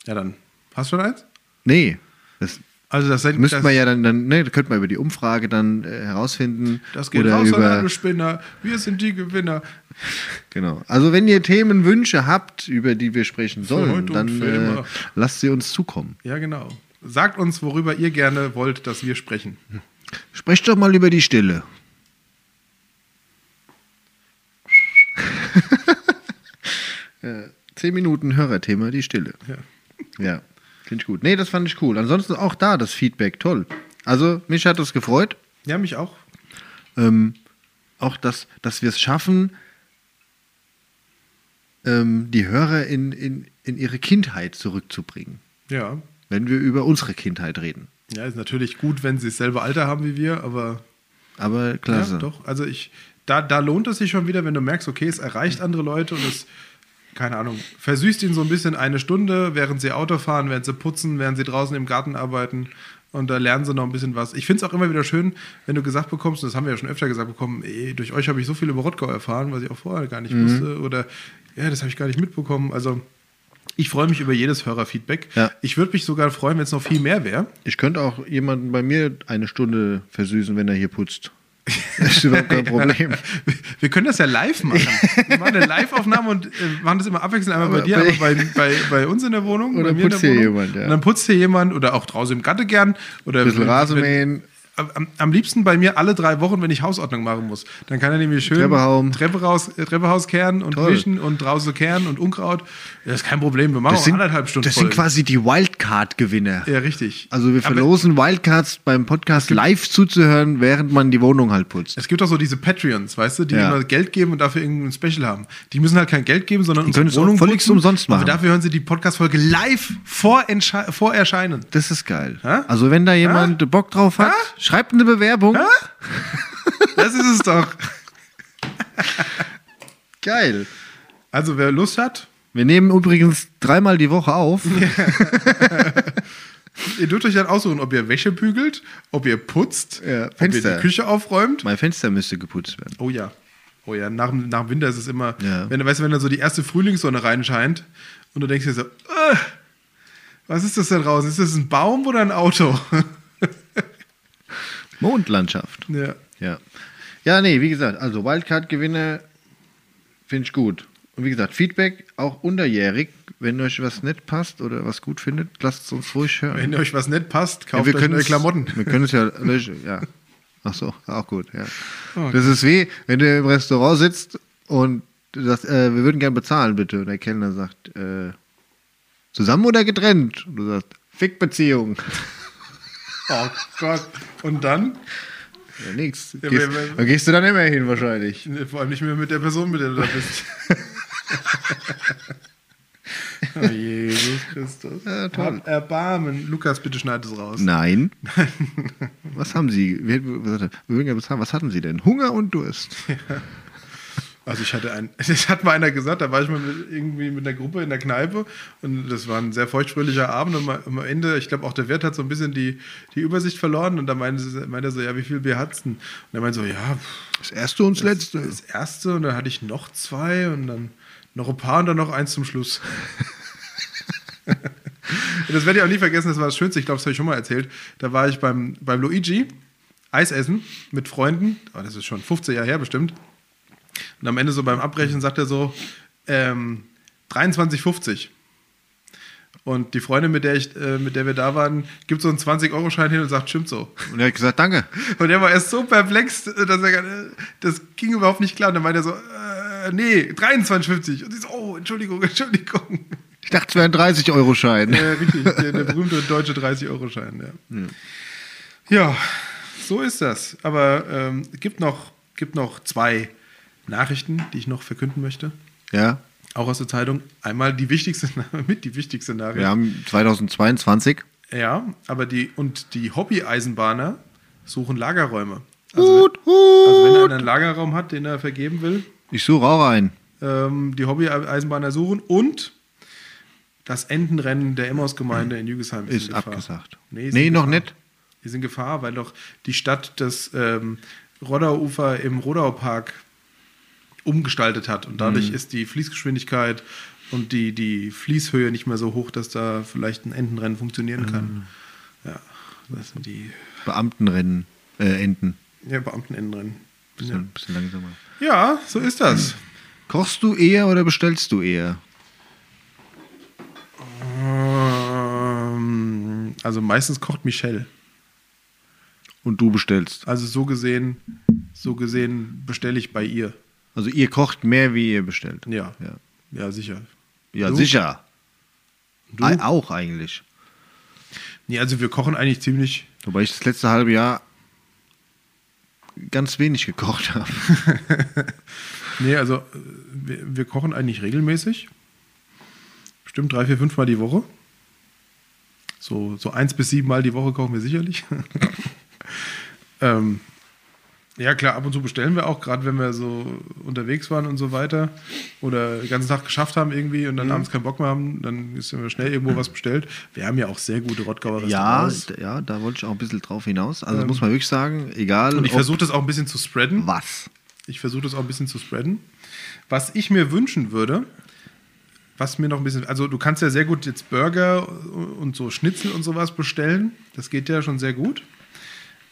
Speaker 2: Ja, dann. Hast du schon eins?
Speaker 1: Nee. Das
Speaker 2: Also, das, das,
Speaker 1: müsste man ja dann, dann ne, da könnte man über die Umfrage dann äh, herausfinden.
Speaker 2: das geht
Speaker 1: oder
Speaker 2: raus an
Speaker 1: über,
Speaker 2: alle Spinner. Wir sind die Gewinner.
Speaker 1: Genau. Also wenn ihr Themenwünsche habt, über die wir sprechen sollen,
Speaker 2: heute und
Speaker 1: dann
Speaker 2: für
Speaker 1: äh,
Speaker 2: immer.
Speaker 1: lasst sie uns zukommen.
Speaker 2: Ja, genau. Sagt uns, worüber ihr gerne wollt, dass wir sprechen.
Speaker 1: Sprecht doch mal über die Stille. Äh, Zehn Minuten Hörerthema, die Stille.
Speaker 2: Ja.
Speaker 1: Ja, finde ich gut. Nee, das fand ich cool. Ansonsten auch da das Feedback, toll. Also, mich hat das gefreut.
Speaker 2: Ja, mich auch.
Speaker 1: Ähm, auch, dass, dass wir es schaffen, ähm, die Hörer in, in, in ihre Kindheit zurückzubringen,
Speaker 2: Ja.
Speaker 1: wenn wir über unsere Kindheit reden.
Speaker 2: Ja, ist natürlich gut, wenn sie dasselbe Alter haben wie wir, aber
Speaker 1: Aber klasse.
Speaker 2: ja, doch. Also ich, da, da lohnt es sich schon wieder, wenn du merkst, okay, es erreicht andere Leute und es, keine Ahnung, versüßt ihnen so ein bisschen eine Stunde, während sie Auto fahren, während sie putzen, während sie draußen im Garten arbeiten und da lernen sie noch ein bisschen was. Ich finde es auch immer wieder schön, wenn du gesagt bekommst, und das haben wir ja schon öfter gesagt bekommen, ey, durch euch habe ich so viel über Rottgau erfahren, was ich auch vorher gar nicht wusste oder ja, das habe ich gar nicht mitbekommen. Also ich freue mich über jedes Hörerfeedback.
Speaker 1: Ja.
Speaker 2: Ich würde mich sogar freuen, wenn es noch viel mehr wäre.
Speaker 1: Ich könnte auch jemanden bei mir eine Stunde versüßen, wenn er hier putzt. Das ist überhaupt kein Problem.
Speaker 2: Wir können das ja live machen. Wir machen eine Live-Aufnahme und äh, machen das immer abwechselnd. Einmal bei
Speaker 1: Aber
Speaker 2: dir,
Speaker 1: bei-
Speaker 2: einmal bei, bei, bei uns in der Wohnung.
Speaker 1: Oder
Speaker 2: bei mir in
Speaker 1: putzt
Speaker 2: der
Speaker 1: hier
Speaker 2: Wohnung.
Speaker 1: jemand, ja.
Speaker 2: Und dann putzt hier jemand oder auch draußen im Gatte gern. Oder
Speaker 1: Ein bisschen
Speaker 2: wenn-
Speaker 1: Rasenmähen.
Speaker 2: wenn- Am, am liebsten bei mir alle drei Wochen, wenn ich Hausordnung machen muss. Dann kann er nämlich schön
Speaker 1: Treppe hauen.
Speaker 2: Treppe raus, äh, Treppe raus kehren und
Speaker 1: Toll.
Speaker 2: wischen und draußen kehren und Unkraut. Das ist kein Problem. Wir machen auch anderthalb Stunden
Speaker 1: das sind
Speaker 2: voll.
Speaker 1: quasi die Wildcard-Gewinner.
Speaker 2: ja, richtig.
Speaker 1: Also wir
Speaker 2: Aber
Speaker 1: verlosen Wildcards beim Podcast live zuzuhören, während man die Wohnung halt putzt.
Speaker 2: Es gibt auch so diese Patreons, weißt du, die
Speaker 1: Ja.
Speaker 2: immer Geld geben und dafür irgendein Special haben. Die müssen halt kein Geld geben, sondern
Speaker 1: können es auch völlig umsonst machen.
Speaker 2: Aber dafür hören sie die Podcast-Folge live vor, Entsche- vor Erscheinen.
Speaker 1: Das ist geil.
Speaker 2: Hä?
Speaker 1: Also wenn da jemand Bock drauf hat,
Speaker 2: Hä?
Speaker 1: schreibt eine Bewerbung.
Speaker 2: Das ist es doch.
Speaker 1: Geil.
Speaker 2: Also wer Lust hat,
Speaker 1: Wir nehmen übrigens dreimal die Woche auf.
Speaker 2: ihr dürft euch dann aussuchen, ob ihr Wäsche bügelt, ob ihr putzt,
Speaker 1: Ja,
Speaker 2: ob ihr
Speaker 1: Fenster.
Speaker 2: die Küche aufräumt.
Speaker 1: Mein Fenster müsste geputzt werden.
Speaker 2: Oh ja. Oh ja, nach, dem- nach dem Winter ist es immer,
Speaker 1: Ja.
Speaker 2: wenn, weißt du, wenn da so die erste Frühlingssonne reinscheint und du denkst dir so, "Ugh, was ist das da draußen? Ist das ein Baum oder ein Auto?
Speaker 1: Mondlandschaft.
Speaker 2: ja.
Speaker 1: Ja. Ja, nee, wie gesagt, also Wildcard-Gewinne finde ich gut. Und wie gesagt, Feedback auch unterjährig. Wenn euch was nicht passt oder was gut findet, lasst es uns ruhig hören.
Speaker 2: Wenn euch was nett passt,
Speaker 1: Ja,
Speaker 2: kauft euch neue
Speaker 1: es-
Speaker 2: Klamotten.
Speaker 1: Wir können es ja löschen, ja. Ach so, auch gut, ja. Das ist wie, wenn du im Restaurant sitzt und du sagst, äh, wir würden gerne bezahlen, bitte. Und der Kellner sagt, äh, zusammen oder getrennt? Und du sagst, Fickbeziehung.
Speaker 2: Oh Gott. Und dann?
Speaker 1: Ja, nix.
Speaker 2: Ja,
Speaker 1: gehst,
Speaker 2: aber-
Speaker 1: da gehst du dann immer hin, wahrscheinlich.
Speaker 2: Nee, Vor allem nicht mehr mit der Person, mit der du da bist. oh, Jesus Christus.
Speaker 1: Ja, toll.
Speaker 2: Hab Erbarmen. Lukas, bitte schneid es raus.
Speaker 1: Nein. Was haben Sie? Wir, wir wir würden gerne bezahlen. Was hatten Sie denn? Hunger und Durst.
Speaker 2: Also ich hatte ein, das hat mal einer gesagt, da war ich mal mit, irgendwie mit einer Gruppe in der Kneipe und das war ein sehr feuchtfröhlicher Abend und am Ende, ich glaube auch der Wirt hat so ein bisschen die, die Übersicht verloren und da meinte, sie- meinte er so, ja, wie viel Bier hat's denn? Und er meinte so, ja, pff,
Speaker 1: Das erste und das letzte.
Speaker 2: das erste und dann hatte ich noch zwei und dann noch ein paar und dann noch eins zum Schluss. Und das werde ich auch nie vergessen, das war das Schönste, ich glaube, das habe ich schon mal erzählt. Da war ich beim, beim Luigi Eis essen mit Freunden, oh, das ist schon 15 Jahre her bestimmt. Und am Ende so beim Abbrechen sagt er so, ähm, 23,50. Und die Freundin, mit der, ich, äh, mit der wir da waren, gibt so einen 20-Euro-Schein hin und sagt, stimmt so.
Speaker 1: Und er hat gesagt, danke.
Speaker 2: Und der war erst so perplex, dass er, gar- das ging überhaupt nicht klar. Und dann meinte er so, äh, nee, 23,50. Und sie so, oh, Entschuldigung, Entschuldigung.
Speaker 1: Ich dachte, es wäre ein 30-Euro-Schein.
Speaker 2: Äh, richtig, der, der berühmte deutsche 30-Euro-Schein, ja. ja. so ist das. Aber ähm, es gibt, noch, gibt noch zwei Nachrichten, die ich noch verkünden möchte.
Speaker 1: Ja,
Speaker 2: Auch aus der Zeitung. Einmal die wichtigste, mit die wichtigste Nachricht.
Speaker 1: wir haben 2022.
Speaker 2: Ja, aber die und die Hobby-Eisenbahner suchen Lagerräume.
Speaker 1: Hut,
Speaker 2: Also wenn
Speaker 1: Hut.
Speaker 2: einer einen Lagerraum hat, den er vergeben will,
Speaker 1: Ich suche auch einen.
Speaker 2: ähm, die Hobby-Eisenbahner suchen und das Entenrennen der Emmaus-Gemeinde in Jügesheim
Speaker 1: Ist
Speaker 2: in Gefahr.
Speaker 1: abgesagt.
Speaker 2: ist
Speaker 1: Nee,
Speaker 2: in
Speaker 1: noch
Speaker 2: Gefahr.
Speaker 1: nicht.
Speaker 2: Ist in Gefahr, weil doch die Stadt das ähm, Rodauufer im Rodaupark umgestaltet hat und dadurch ist die Fließgeschwindigkeit und die, die Fließhöhe nicht mehr so hoch, dass da vielleicht ein Entenrennen funktionieren kann. Ja, das sind die
Speaker 1: Beamtenrennen, äh, Enten.
Speaker 2: ja, Beamtenentenrennen.
Speaker 1: Bisschen, bisschen langsamer.
Speaker 2: Ja, so ist das.
Speaker 1: Kochst du eher oder bestellst du eher?
Speaker 2: Ähm, Also meistens kocht Michelle.
Speaker 1: Und du bestellst.
Speaker 2: Also so gesehen, so gesehen bestelle ich bei ihr.
Speaker 1: Also ihr kocht mehr, wie ihr bestellt.
Speaker 2: Ja.
Speaker 1: Ja,
Speaker 2: Ja, sicher.
Speaker 1: ja
Speaker 2: Du?
Speaker 1: sicher.
Speaker 2: Du?
Speaker 1: Ei- auch eigentlich.
Speaker 2: Nee, also wir kochen eigentlich ziemlich.
Speaker 1: Wobei ich das letzte halbe Jahr ganz wenig gekocht habe.
Speaker 2: Nee, also äh, wir, wir kochen eigentlich regelmäßig. Bestimmt drei, vier, fünf Mal die Woche. So, so eins bis sieben Mal die Woche kochen wir sicherlich. ähm, ja, klar, ab und zu bestellen wir auch, gerade wenn wir so unterwegs waren und so weiter. Oder den ganzen Tag geschafft haben irgendwie und dann abends keinen Bock mehr haben, dann ist immer schnell irgendwo was bestellt. Wir haben ja auch sehr gute Rottgauer
Speaker 1: Ja,
Speaker 2: Restaurants.
Speaker 1: d- ja, da wollte ich auch ein bisschen drauf hinaus. Also das muss man wirklich sagen, egal
Speaker 2: Ähm. und ich
Speaker 1: ob
Speaker 2: versuche das auch ein bisschen zu spreaden.
Speaker 1: was.
Speaker 2: Ich versuche das auch ein bisschen zu spreaden. Was ich mir wünschen würde, was mir noch ein bisschen, also du kannst ja sehr gut jetzt Burger und so Schnitzel und sowas bestellen. Das geht ja schon sehr gut.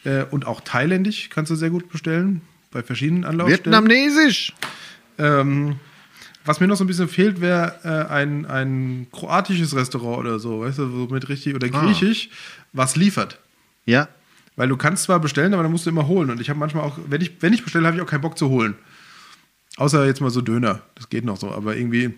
Speaker 2: Äh, Und auch thailändisch kannst du sehr gut bestellen bei verschiedenen Anlaufstellen.
Speaker 1: Vietnamesisch.
Speaker 2: Ähm, was mir noch so ein bisschen fehlt, wäre äh, ein, ein kroatisches Restaurant oder so, weißt du, so mit richtig oder
Speaker 1: Ah.
Speaker 2: griechisch, was liefert.
Speaker 1: Ja,
Speaker 2: Weil du kannst zwar bestellen, aber dann musst du immer holen. Und ich habe manchmal auch, wenn ich, wenn ich bestelle, habe ich auch keinen Bock zu holen. Außer jetzt mal so Döner. Das geht noch so. Aber irgendwie.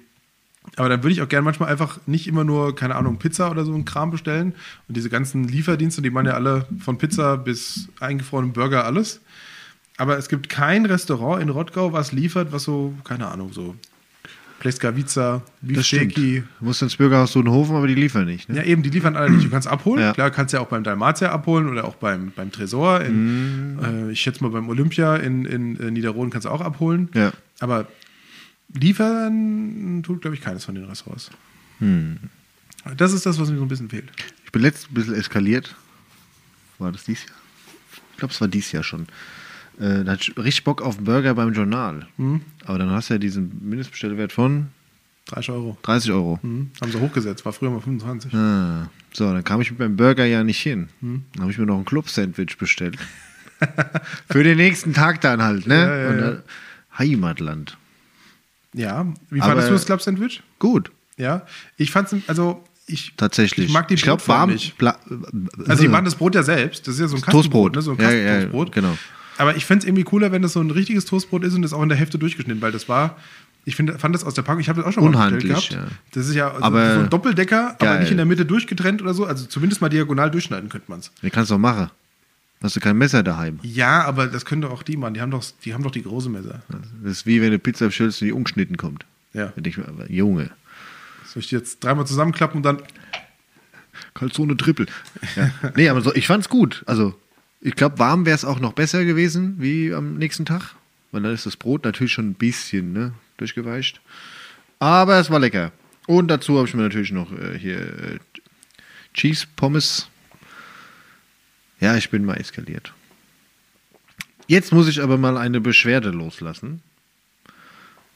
Speaker 2: Aber dann würde ich auch gerne manchmal einfach nicht immer nur, keine Ahnung, Pizza oder so einen Kram bestellen. Und diese ganzen Lieferdienste, die machen ja alle von Pizza bis eingefrorenen Burger alles. Aber es gibt kein Restaurant in Rottgau, was liefert, was so, keine Ahnung, so Pleskavica,
Speaker 1: das stimmt.
Speaker 2: Beefsteaky.
Speaker 1: Du musst ins Bürgerhaus Sodenhofen, aber die liefern nicht. Ne?
Speaker 2: Ja, eben, die liefern alle nicht. Du kannst abholen.
Speaker 1: Ja.
Speaker 2: Klar, kannst ja auch beim Dalmatia abholen oder auch beim, beim Tresor. In,
Speaker 1: Mhm.
Speaker 2: äh, ich schätze mal, beim Olympia in, in, äh, Niederroden kannst du auch abholen.
Speaker 1: Ja.
Speaker 2: Aber liefern tut, glaube ich, keines von den Restaurants.
Speaker 1: Hm.
Speaker 2: Das ist das, was mir so ein bisschen fehlt.
Speaker 1: Ich bin letztens ein bisschen eskaliert. War das dies Jahr? Ich glaube, es war dies Jahr schon. Äh, da hatte ich richtig Bock auf einen Burger beim Journal.
Speaker 2: Mhm.
Speaker 1: Aber dann hast du ja diesen Mindestbestellwert von
Speaker 2: 30 Euro.
Speaker 1: 30 Euro.
Speaker 2: Hm. Haben sie hochgesetzt. War früher mal 25.
Speaker 1: Ah, so, dann kam ich mit meinem Burger ja nicht hin.
Speaker 2: Mhm.
Speaker 1: Dann habe ich mir noch ein Club-Sandwich bestellt. Für den nächsten Tag dann halt, ne?
Speaker 2: Ja, ja,
Speaker 1: Und
Speaker 2: ja.
Speaker 1: dann, Heimatland.
Speaker 2: Ja. Wie
Speaker 1: Aber-
Speaker 2: fandest du das Club Sandwich?
Speaker 1: Gut,
Speaker 2: Ja. Ich fand's, also ich.
Speaker 1: tatsächlich.
Speaker 2: Ich mag die
Speaker 1: glaube,
Speaker 2: Brotform
Speaker 1: warm. äh,
Speaker 2: nicht.
Speaker 1: Bla,
Speaker 2: Also die machen das Brot ja selbst. Das ist ja so ein
Speaker 1: Mhm. Toastbrot.
Speaker 2: Kastenbrot, ne? So ein
Speaker 1: Ja, ja,
Speaker 2: Kastentoastbrot.
Speaker 1: genau.
Speaker 2: Aber ich fände es irgendwie cooler, wenn das so ein richtiges Toastbrot ist und das auch in der Hälfte durchgeschnitten, weil das war, ich find, fand das aus der Packung, ich habe das auch schon
Speaker 1: Unhandlich, ja.
Speaker 2: Das ist ja also
Speaker 1: Aber-
Speaker 2: so ein Doppeldecker, aber
Speaker 1: Geil.
Speaker 2: nicht in der Mitte durchgetrennt oder so. Also zumindest mal diagonal durchschneiden könnte man es.
Speaker 1: Die kannst du auch machen. Hast du kein Messer daheim.
Speaker 2: Ja, aber das können doch auch die machen. Die haben doch die, haben doch die große Messer.
Speaker 1: Das ist wie wenn du Pizza bestellst und die ungeschnitten kommt.
Speaker 2: Ja.
Speaker 1: Wenn ich, aber Junge.
Speaker 2: Soll ich die jetzt dreimal zusammenklappen und dann.
Speaker 1: Calzone Triple. Ja. nee, aber so, ich fand's gut. Also, ich glaube, warm wäre es auch noch besser gewesen wie am nächsten Tag. Weil dann ist das Brot natürlich schon ein bisschen ne, durchgeweicht. Aber es war lecker. Und dazu habe ich mir natürlich noch äh, hier äh, Cheese Pommes. Ja, ich bin mal eskaliert. Jetzt muss ich aber mal eine Beschwerde loslassen.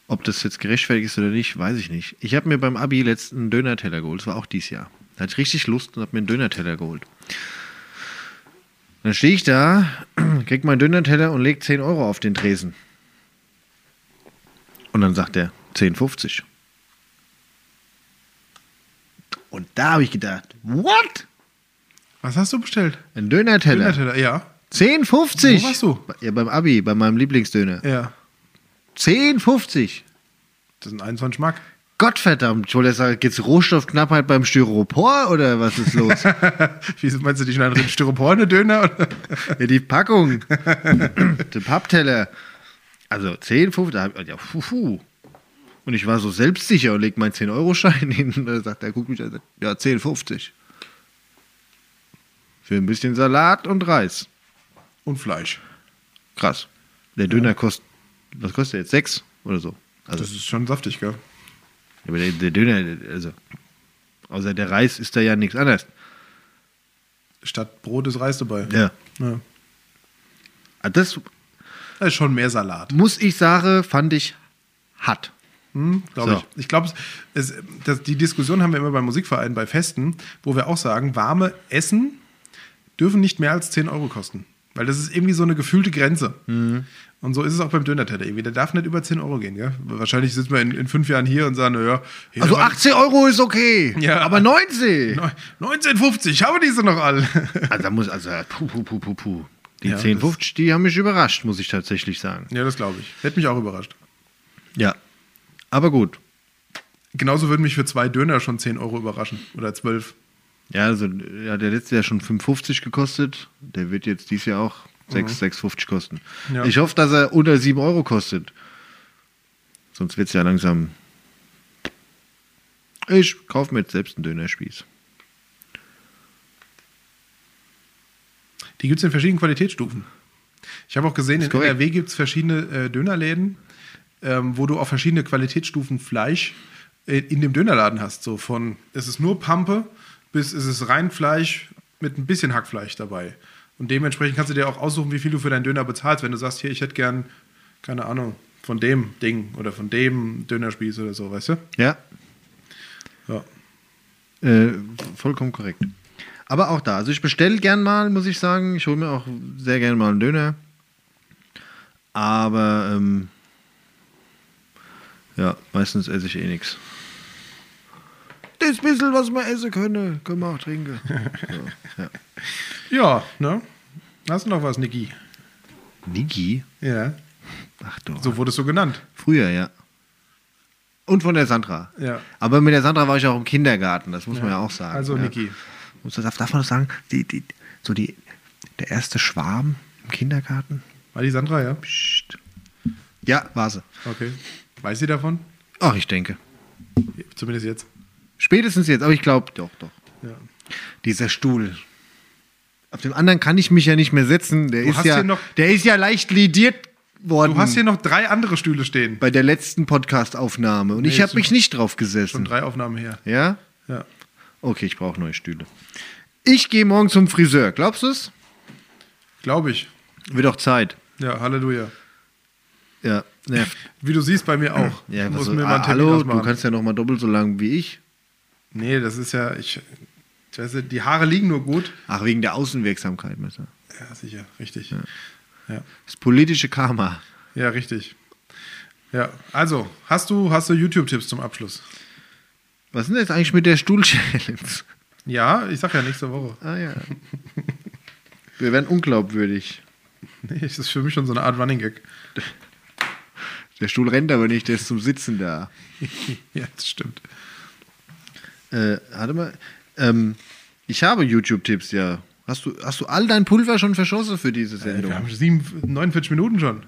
Speaker 1: Ob das jetzt gerechtfertigt ist oder nicht, weiß ich nicht. Ich habe mir beim Abi letzten Döner-Teller geholt. Das war auch dieses Jahr. Da hatte ich richtig Lust und habe mir einen Döner-Teller geholt. Dann stehe ich da, krieg meinen Döner-Teller und leg 10 Euro auf den Tresen. Und dann sagt er 10,50. Und da habe ich gedacht, what?
Speaker 2: Was hast du bestellt?
Speaker 1: Ein Döner-Teller.
Speaker 2: Dönerteller, ja.
Speaker 1: 10,50.
Speaker 2: Wo warst du?
Speaker 1: Ja, beim Abi, bei meinem Lieblingsdöner.
Speaker 2: Ja.
Speaker 1: 10,50.
Speaker 2: Das sind 21 Mark.
Speaker 1: Gottverdammt, ich wollte jetzt sagen, gibt's Rohstoffknappheit beim Styropor oder was ist los?
Speaker 2: Wieso meinst du, die schneiden in Styropor eine Döner? Oder?
Speaker 1: ja, die Packung. Der Pappteller. Also 10, 15, ja, puh, puh. Und ich war so selbstsicher und leg meinen 10-Euro-Schein hin. Und da sagt er, guck mich an, sagt, ja, 10, 50. Für ein bisschen Salat und Reis.
Speaker 2: Und Fleisch.
Speaker 1: Krass. Der Döner kostet, was kostet der jetzt? 6 oder so? Also,
Speaker 2: Das ist schon saftig, gell?
Speaker 1: aber der, der Döner, also, außer der Reis ist da ja nichts anderes.
Speaker 2: Statt Brot ist Reis dabei.
Speaker 1: Ja.
Speaker 2: ja.
Speaker 1: Also Das
Speaker 2: Da ist schon mehr Salat.
Speaker 1: muss ich sagen, fand ich hart.
Speaker 2: Hm, glaube
Speaker 1: So.
Speaker 2: ich. Ich glaube, es, es- das- die Diskussion haben wir immer bei Musikvereinen, bei Festen, wo wir auch sagen, warme Essen dürfen nicht mehr als 10 Euro kosten. Weil das ist irgendwie so eine gefühlte Grenze. Und so ist es auch beim Döner-Teller. irgendwie. Der darf nicht über 10 Euro gehen. Gell? Wahrscheinlich sitzen wir in, in fünf Jahren hier und sagen, naja, hier
Speaker 1: Also
Speaker 2: waren
Speaker 1: 18 Euro ist okay,
Speaker 2: Ja.
Speaker 1: aber 90.
Speaker 2: neun- 19,50, haben wir diese noch alle.
Speaker 1: Also da muss, also puh, puh, puh, puh, puh. Die
Speaker 2: Ja,
Speaker 1: 10,50, die haben mich überrascht, muss ich tatsächlich sagen.
Speaker 2: ja, das glaube ich. Hätte mich auch überrascht.
Speaker 1: Ja. Aber gut.
Speaker 2: Genauso würden mich für zwei Döner schon 10 Euro überraschen. Oder 12.
Speaker 1: Ja, also ja, der letzte Jahr schon 5,50 gekostet. Der wird jetzt dieses Jahr auch 6, 6,50 kosten.
Speaker 2: Mhm. Ja.
Speaker 1: Ich hoffe, dass er unter 7 Euro kostet. Sonst wird es ja langsam. Ich kaufe mir jetzt selbst einen Dönerspieß.
Speaker 2: Die gibt es in verschiedenen Qualitätsstufen. Ich habe auch gesehen, in
Speaker 1: korrekt.
Speaker 2: NRW gibt es verschiedene äh, Dönerläden, ähm, wo du auch verschiedene Qualitätsstufen Fleisch äh, in dem Dönerladen hast. So von, es ist nur Pampe, bis es ist rein Fleisch mit ein bisschen Hackfleisch dabei. Und dementsprechend kannst du dir auch aussuchen, wie viel du für deinen Döner bezahlst. Wenn du sagst, hier, ich hätte gern, keine Ahnung, von dem Ding oder von dem Dönerspieß oder so, weißt du?
Speaker 1: Ja,
Speaker 2: Ja.
Speaker 1: Äh, vollkommen korrekt. Aber auch da, also ich bestelle gern mal, muss ich sagen. Ich hole mir auch sehr gerne mal einen Döner. Aber ähm, ja, meistens esse ich eh nichts. Das bisschen, was man essen könne, können wir auch trinken. So, ja.
Speaker 2: Ja, ne? Hast du noch was, Niki?
Speaker 1: Niki?
Speaker 2: Ja.
Speaker 1: Ach du.
Speaker 2: So wurdest du genannt.
Speaker 1: Früher, ja. Und von der Sandra.
Speaker 2: Ja.
Speaker 1: Aber mit der Sandra war ich auch im Kindergarten, das muss man ja auch sagen.
Speaker 2: Also,
Speaker 1: ja.
Speaker 2: Niki.
Speaker 1: Muss das- Darf, darf man das sagen? Die, die, so die, der erste Schwarm im Kindergarten?
Speaker 2: War die Sandra, ja?
Speaker 1: Psst. Ja, war sie.
Speaker 2: Okay. Weiß sie davon?
Speaker 1: Ach, ich denke.
Speaker 2: Zumindest jetzt.
Speaker 1: Spätestens jetzt, aber ich glaube, doch, doch.
Speaker 2: Ja.
Speaker 1: Dieser Stuhl. Auf dem anderen kann ich mich ja nicht mehr setzen. Der,
Speaker 2: Du
Speaker 1: ist
Speaker 2: hast
Speaker 1: ja,
Speaker 2: hier noch-
Speaker 1: der ist ja leicht lidiert worden
Speaker 2: Du hast hier noch drei andere Stühle stehen.
Speaker 1: bei der letzten Podcast-Aufnahme. Und ich habe
Speaker 2: ist
Speaker 1: mich nicht drauf
Speaker 2: Schon
Speaker 1: gesessen.
Speaker 2: drei Aufnahmen her.
Speaker 1: Ja?
Speaker 2: Ja.
Speaker 1: Okay, ich brauche neue Stühle. Ich gehe morgen zum Friseur. Glaubst du es?
Speaker 2: Glaube ich.
Speaker 1: Wird auch Zeit.
Speaker 2: Ja, Halleluja.
Speaker 1: Ja, nervt.
Speaker 2: Wie du siehst, bei mir auch.
Speaker 1: Ja,
Speaker 2: Ich
Speaker 1: was
Speaker 2: muss
Speaker 1: so,
Speaker 2: mir mal einen
Speaker 1: ah,
Speaker 2: Termin
Speaker 1: hallo,
Speaker 2: ausmachen.
Speaker 1: du kannst ja noch mal doppelt so lang wie ich.
Speaker 2: Nee, das ist ja. Ich, ich weiß nicht, die Haare liegen nur gut.
Speaker 1: Ach, wegen der Außenwirksamkeit, Messer.
Speaker 2: Ja, sicher, richtig. Ja, ja.
Speaker 1: Das politische Karma.
Speaker 2: richtig. Ja, also, hast du, hast du YouTube-Tipps zum Abschluss?
Speaker 1: Was ist denn jetzt eigentlich mit der Stuhl-Challenge?
Speaker 2: Ja, ich sag ja nächste Woche.
Speaker 1: Ah ja. Wir werden unglaubwürdig.
Speaker 2: Nee, das ist für mich schon so eine Art Running Gag.
Speaker 1: Der Stuhl rennt aber nicht, der ist zum Sitzen da.
Speaker 2: ja, das stimmt.
Speaker 1: Äh, warte mal. Ähm, ich habe YouTube-Tipps, ja. Hast du, hast du all dein Pulver schon verschossen für diese Sendung?
Speaker 2: Äh, Wir haben sieben, 49 Minuten schon.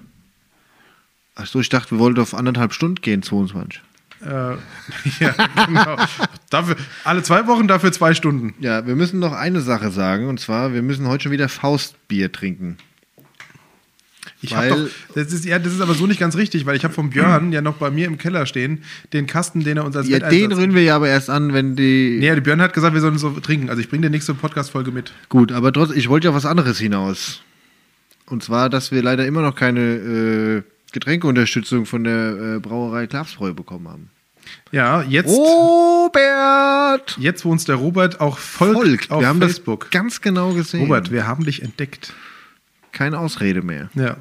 Speaker 1: Ach so, ich dachte, wir wollten auf anderthalb Stunden gehen, 22.
Speaker 2: Äh, ja, genau. dafür, alle zwei Wochen, dafür zwei Stunden.
Speaker 1: Ja, wir müssen noch eine Sache sagen, und zwar, wir müssen heute schon wieder Faustbier trinken.
Speaker 2: Ich habe doch, das ist, ja, das ist aber so nicht ganz richtig, weil ich habe von Björn ja noch bei mir im Keller stehen, den Kasten, den er uns als
Speaker 1: Ja, den rühren wir ja aber erst an, wenn die.
Speaker 2: Nee, der Björn hat gesagt, wir sollen so trinken. Also ich bringe dir nächste Podcast-Folge mit.
Speaker 1: Gut, aber trotz, ich wollte ja was anderes hinaus. Und zwar, dass wir leider immer noch keine äh, Getränkeunterstützung von der äh, Brauerei Klapsbräu bekommen haben.
Speaker 2: Ja, jetzt,
Speaker 1: Oh! Robert!
Speaker 2: jetzt wo uns der Robert auch folgt,
Speaker 1: Folgt!
Speaker 2: auf
Speaker 1: wir haben
Speaker 2: Facebook.
Speaker 1: das ganz genau gesehen.
Speaker 2: Robert, wir haben dich entdeckt.
Speaker 1: Keine Ausrede mehr.
Speaker 2: Ja,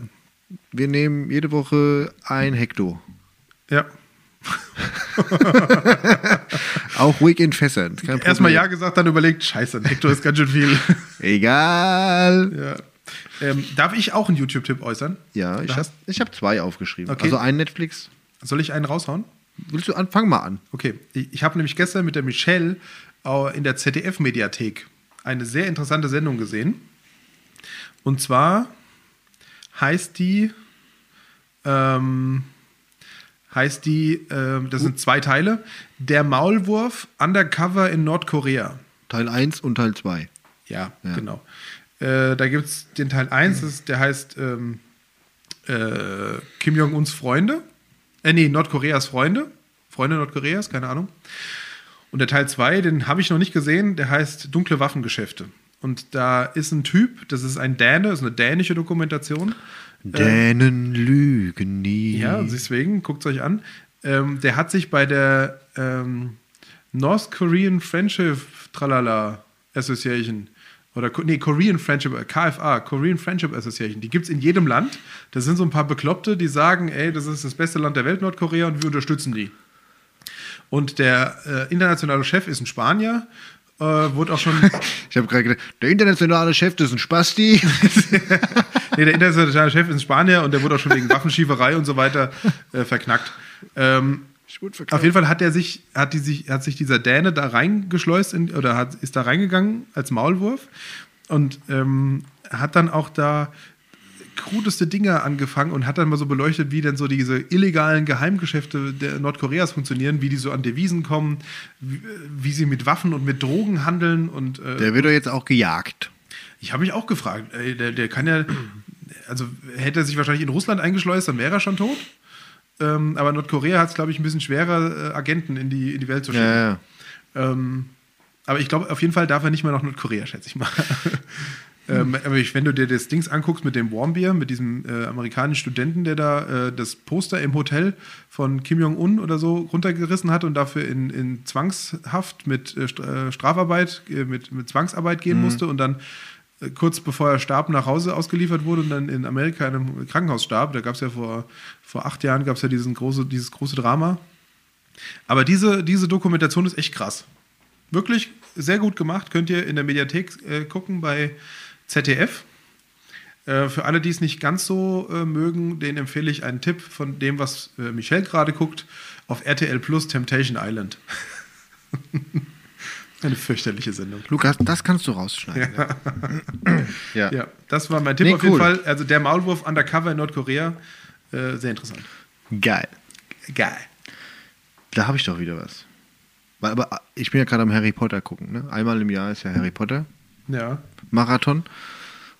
Speaker 1: Wir nehmen jede Woche ein Hekto.
Speaker 2: ja.
Speaker 1: Auch ruhig in Fässern. Kein Problem.
Speaker 2: Erstmal ja gesagt, dann überlegt, scheiße, ein Hektar ist ganz schön viel.
Speaker 1: Egal.
Speaker 2: ja. ähm, darf ich auch einen YouTube-Tipp äußern?
Speaker 1: Ja, ich
Speaker 2: Da
Speaker 1: habe
Speaker 2: hast-
Speaker 1: ich hab zwei aufgeschrieben.
Speaker 2: Okay.
Speaker 1: Also einen Netflix.
Speaker 2: Soll ich einen raushauen?
Speaker 1: Willst du an? Fang mal an.
Speaker 2: Okay, ich, ich habe nämlich gestern mit der Michelle äh, in der ZDF-Mediathek eine sehr interessante Sendung gesehen. Und zwar heißt die, ähm, heißt die, ähm, das sind zwei Teile, Der Maulwurf Undercover in Nordkorea.
Speaker 1: Teil 1 und Teil 2.
Speaker 2: Ja, genau. Äh, da gibt es den Teil 1, das ist- der heißt ähm, äh, Kim Jong-uns Freunde. Äh, nee, Nordkoreas Freunde. Freunde Nordkoreas, keine Ahnung. Und der Teil 2, den habe ich noch nicht gesehen, der heißt Dunkle Waffengeschäfte. Und da ist ein Typ, das ist ein Däne, das ist eine dänische Dokumentation.
Speaker 1: Dänen lügen nie.
Speaker 2: Ja, deswegen, guckt es euch an. Ähm, der hat sich bei der ähm, North Korean Friendship Tralala Association oder Ko- nee, Korean Friendship, äh, KFA, Korean Friendship Association, die gibt es in jedem Land. Das sind so ein paar Bekloppte, die sagen, ey, das ist das beste Land der Welt, Nordkorea, und wir unterstützen die. Und der äh, internationale Chef ist ein Spanier, äh, wurde auch schon.
Speaker 1: Ich habe gerade gedacht, der internationale Chef das ist ein Spasti.
Speaker 2: Nee, der internationale Chef ist ein Spanier und der wurde auch schon wegen Waffenschieferei und so weiter äh, verknackt. Ähm,
Speaker 1: Ich wurde
Speaker 2: Auf jeden Fall hat er sich, hat die sich, hat sich dieser Däne da reingeschleust in, oder hat, ist da reingegangen als Maulwurf und ähm, hat dann auch da krudeste Dinge angefangen und hat dann mal so beleuchtet, wie denn so diese illegalen Geheimgeschäfte der Nordkoreas funktionieren, wie die so an Devisen kommen, wie, wie sie mit Waffen und mit Drogen handeln und äh,
Speaker 1: Der wird doch jetzt auch gejagt.
Speaker 2: ich habe mich auch gefragt, ey, der, der kann ja, also hätte er sich wahrscheinlich in Russland eingeschleust, dann wäre er schon tot. Ähm, aber Nordkorea hat es, glaube ich, ein bisschen schwerer, äh, Agenten in die, in die Welt zu schicken.
Speaker 1: Ja,
Speaker 2: Ähm, aber ich glaube, auf jeden Fall darf er nicht mehr nach Nordkorea, schätze ich mal. ähm, aber ich, wenn du dir das Dings anguckst mit dem Warmbier, mit diesem äh, amerikanischen Studenten, der da äh, das Poster im Hotel von Kim Jong-un oder so runtergerissen hat und dafür in, in Zwangshaft mit äh, Stra- äh, Strafarbeit, äh, mit, mit Zwangsarbeit gehen musste und dann äh, kurz bevor er starb, nach Hause ausgeliefert wurde und dann in Amerika in einem Krankenhaus starb. Da gab es ja vor, vor acht Jahren gab es ja diesen große, dieses große Drama. Aber diese, diese Dokumentation ist echt krass. Wirklich sehr gut gemacht. Könnt ihr in der Mediathek äh, gucken bei ZDF. Äh, für alle, die es nicht ganz so äh, mögen, denen empfehle ich einen Tipp von dem, was äh, Michelle gerade guckt, auf RTL Plus Temptation Island. Eine fürchterliche Sendung.
Speaker 1: Lukas, das kannst du rausschneiden. Ja.
Speaker 2: Ja, das war mein Tipp
Speaker 1: Nee,
Speaker 2: auf jeden
Speaker 1: cool.
Speaker 2: Fall. Also der Maulwurf undercover in Nordkorea. Äh, sehr interessant.
Speaker 1: Geil.
Speaker 2: Geil.
Speaker 1: Da habe ich doch wieder was. Weil, aber äh, ich bin ja gerade am Harry Potter gucken. Ne? Einmal im Jahr ist ja Harry Potter
Speaker 2: Ja.
Speaker 1: Marathon.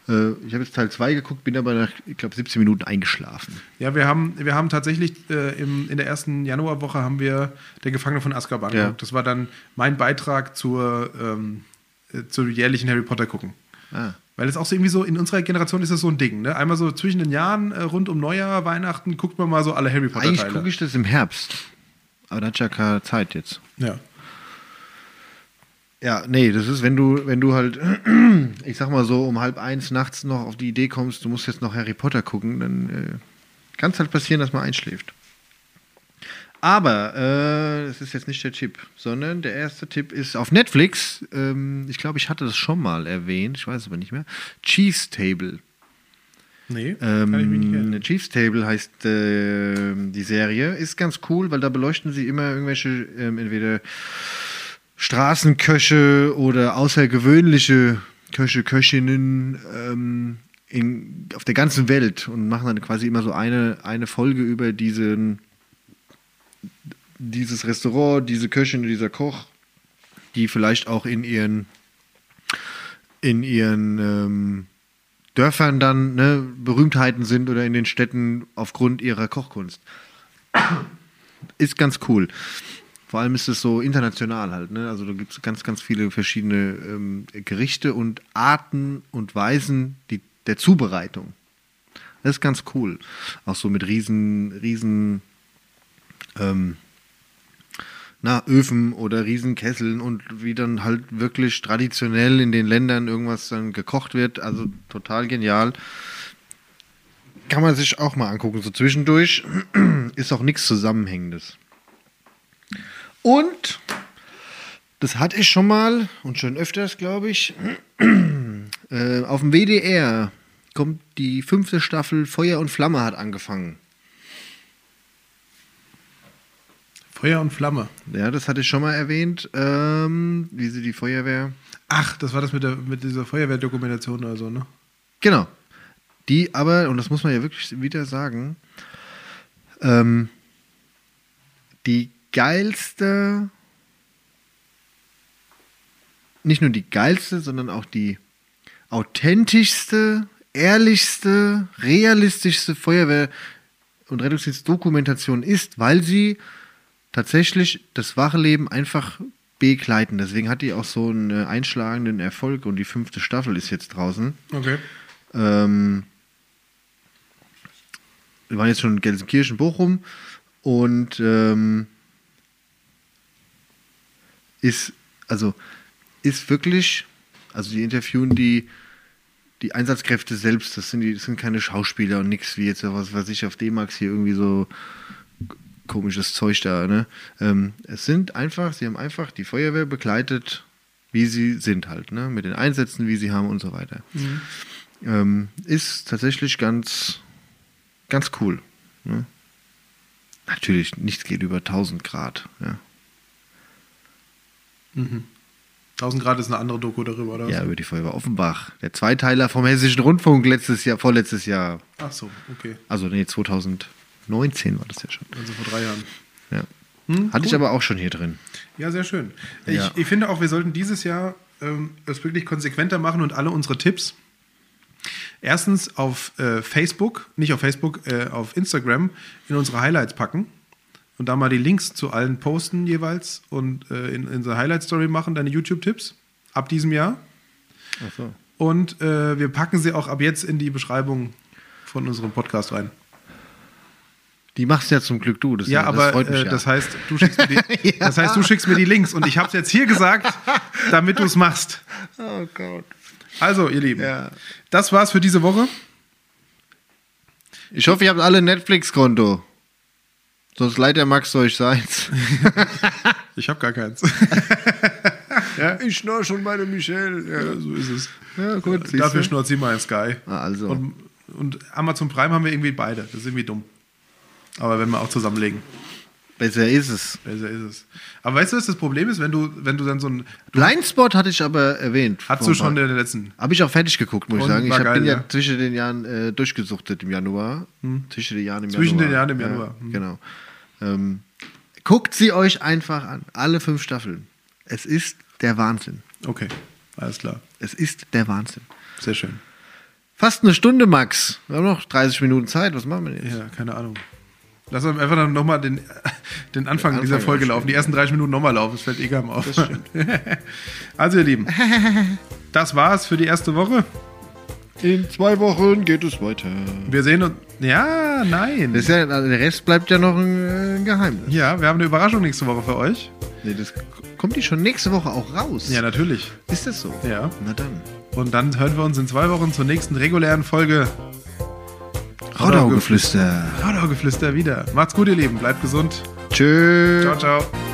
Speaker 1: Äh, ich habe jetzt Teil 2 geguckt, bin aber nach, ich glaube, 17 Minuten eingeschlafen.
Speaker 2: Ja, wir haben, wir haben tatsächlich äh, im, in der ersten Januarwoche haben wir der Gefangene von Azkaban
Speaker 1: Ja.
Speaker 2: geguckt. Das war dann mein Beitrag zur, ähm, äh, zur jährlichen Harry Potter gucken.
Speaker 1: Ah.
Speaker 2: Weil es auch so irgendwie so, in unserer Generation ist das so ein Ding, ne? Einmal so zwischen den Jahren, äh, rund um Neujahr, Weihnachten, guckt man mal so alle Harry Potter
Speaker 1: Eigentlich gucke
Speaker 2: Teile.
Speaker 1: ich das im Herbst. Aber da hat ja keine Zeit jetzt.
Speaker 2: Ja.
Speaker 1: Ja, nee, das ist, wenn du, wenn du halt, ich sag mal so, um halb eins nachts noch auf die Idee kommst, du musst jetzt noch Harry Potter gucken, dann äh, kann es halt passieren, dass man einschläft. Aber äh, das ist jetzt nicht der Tipp, sondern der erste Tipp ist auf Netflix. Ähm, ich glaube, ich hatte das schon mal erwähnt, ich weiß aber nicht mehr. Cheese Table.
Speaker 2: Nee, kann ich mich nicht
Speaker 1: Ähm,
Speaker 2: erinnern.
Speaker 1: Chiefs Table heißt äh, die Serie. Ist ganz cool, weil da beleuchten sie immer irgendwelche ähm, entweder Straßenköche oder außergewöhnliche Köche, Köchinnen ähm, in, auf der ganzen Welt und machen dann quasi immer so eine, eine Folge über diesen, dieses Restaurant, diese Köchin, dieser Koch, die vielleicht auch in ihren in ihren ähm, Dörfern dann ne, Berühmtheiten sind oder in den Städten aufgrund ihrer Kochkunst. Ist ganz cool. Vor allem ist es so international halt. Ne? Also da gibt es ganz, ganz viele verschiedene ähm, Gerichte und Arten und Weisen die, der Zubereitung. Das ist ganz cool. Auch so mit riesen, riesen ähm, na, Öfen oder Riesenkesseln und wie dann halt wirklich traditionell in den Ländern irgendwas dann gekocht wird. Also total genial. Kann man sich auch mal angucken. So zwischendurch ist auch nichts Zusammenhängendes. Und das hatte ich schon mal und schon öfters, glaube ich. äh, auf dem WDR kommt die fünfte Staffel Feuer und Flamme hat angefangen.
Speaker 2: Feuer und Flamme.
Speaker 1: Ja, das hatte ich schon mal erwähnt, ähm, wie sie die Feuerwehr.
Speaker 2: Ach, das war das mit, der, mit dieser Feuerwehrdokumentation oder so, ne?
Speaker 1: Genau. Die aber, und das muss man ja wirklich wieder sagen, ähm, die geilste, nicht nur die geilste, sondern auch die authentischste, ehrlichste, realistischste Feuerwehr- und Rettungsdienstdokumentation ist, weil sie tatsächlich das wahre Leben einfach begleiten. Deswegen hat die auch so einen äh, einschlagenden Erfolg und die fünfte Staffel ist jetzt draußen.
Speaker 2: Okay.
Speaker 1: Ähm, wir waren jetzt schon in Gelsenkirchen, Bochum und ähm, ist, also ist wirklich, also die interviewen die, die Einsatzkräfte selbst, das sind, die, das sind keine Schauspieler und nix wie jetzt, was weiß ich, auf D-Max hier irgendwie so komisches Zeug da, ne? Ähm, es sind einfach, sie haben einfach die Feuerwehr begleitet, wie sie sind halt, ne? Mit den Einsätzen, wie sie haben und so weiter. Ähm, ist tatsächlich ganz, ganz cool. Ne? Natürlich, nichts geht über 1000 Grad. Ja,
Speaker 2: 1000 Grad ist eine andere Doku darüber, oder?
Speaker 1: ja über die Feuerwehr Offenbach. Der Zweiteiler vom Hessischen Rundfunk letztes Jahr, vorletztes Jahr.
Speaker 2: Ach so, okay.
Speaker 1: Also, nee, 2019 war das ja schon.
Speaker 2: Also vor drei Jahren.
Speaker 1: Ja.
Speaker 2: Hm,
Speaker 1: Hatte ich aber auch schon hier drin.
Speaker 2: Ja, sehr schön.
Speaker 1: Ja.
Speaker 2: Ich, ich finde auch, wir sollten dieses Jahr ähm, es wirklich konsequenter machen und alle unsere Tipps. Erstens auf äh, Facebook, nicht auf Facebook, äh, auf Instagram in unsere Highlights packen und da mal die Links zu allen posten jeweils und äh, in, in unsere Highlight-Story machen, deine YouTube-Tipps ab diesem Jahr.
Speaker 1: Ach so.
Speaker 2: Und äh, wir packen sie auch ab jetzt in die Beschreibung von unserem Podcast rein.
Speaker 1: Die machst ja zum Glück du. Das,
Speaker 2: Ja,
Speaker 1: das
Speaker 2: aber
Speaker 1: freut mich
Speaker 2: äh,
Speaker 1: ja.
Speaker 2: das, heißt, du schickst mir die, das heißt, du schickst mir die Links und ich habe es jetzt hier gesagt, damit du es machst.
Speaker 1: Oh Gott.
Speaker 2: Also, ihr Lieben,
Speaker 1: Ja.
Speaker 2: das war's für diese Woche.
Speaker 1: Ich hoffe, ihr habt alle ein Netflix-Konto. Sonst leider Max euch seins.
Speaker 2: Ich habe gar keins.
Speaker 1: Ich schnur schon meine Michelle.
Speaker 2: so ist es.
Speaker 1: Ja, gut. siehst
Speaker 2: Dafür
Speaker 1: du?
Speaker 2: schnurrt sie mal in Sky.
Speaker 1: Ah, also.
Speaker 2: Und, und Amazon Prime haben wir irgendwie beide. Das ist irgendwie dumm. Aber wenn wir auch zusammenlegen,
Speaker 1: Besser ist es.
Speaker 2: besser ist es. Aber weißt du, was das Problem ist, wenn du, wenn du dann so ein.
Speaker 1: Blindspot hatte ich aber erwähnt.
Speaker 2: Hast du schon den letzten?
Speaker 1: Habe ich auch fertig geguckt, muss ich
Speaker 2: Und
Speaker 1: sagen. Ich
Speaker 2: war
Speaker 1: hab-
Speaker 2: geil,
Speaker 1: bin ja,
Speaker 2: ja. Hm.
Speaker 1: zwischen den Jahren äh, durchgesuchtet im Januar. Zwischen den Jahren im
Speaker 2: Zwischen den
Speaker 1: Januar.
Speaker 2: Jahren im Januar. Hm.
Speaker 1: Ja, genau. Ähm, guckt sie euch einfach an. Alle fünf Staffeln. Es ist der Wahnsinn.
Speaker 2: Okay, alles klar.
Speaker 1: Es ist der Wahnsinn.
Speaker 2: Sehr schön.
Speaker 1: Fast eine Stunde, Max. Wir haben noch 30 Minuten Zeit. Was machen wir denn jetzt?
Speaker 2: Ja, keine Ahnung. Lass uns einfach dann nochmal den, den Anfang
Speaker 1: Anfang
Speaker 2: dieser Folge
Speaker 1: anspielen,
Speaker 2: laufen. Die ersten 30 Minuten nochmal laufen. Das fällt eh kaum auf. also, ihr Lieben, das war's für die erste Woche.
Speaker 1: In zwei Wochen geht es weiter.
Speaker 2: Wir sehen uns. Ja, nein.
Speaker 1: Das ist ja, also der Rest bleibt ja noch ein, äh, ein Geheimnis.
Speaker 2: Ja, wir haben eine Überraschung nächste Woche für euch.
Speaker 1: Nee, das kommt die schon nächste Woche auch raus.
Speaker 2: Ja, natürlich.
Speaker 1: ist das so?
Speaker 2: Ja.
Speaker 1: Na dann.
Speaker 2: Und dann hören wir uns in zwei Wochen zur nächsten regulären Folge
Speaker 1: Radaugeflüster.
Speaker 2: Raudau-Geflüster wieder. Macht's gut, ihr Lieben. Bleibt gesund.
Speaker 1: Tschüss.
Speaker 2: Ciao, ciao.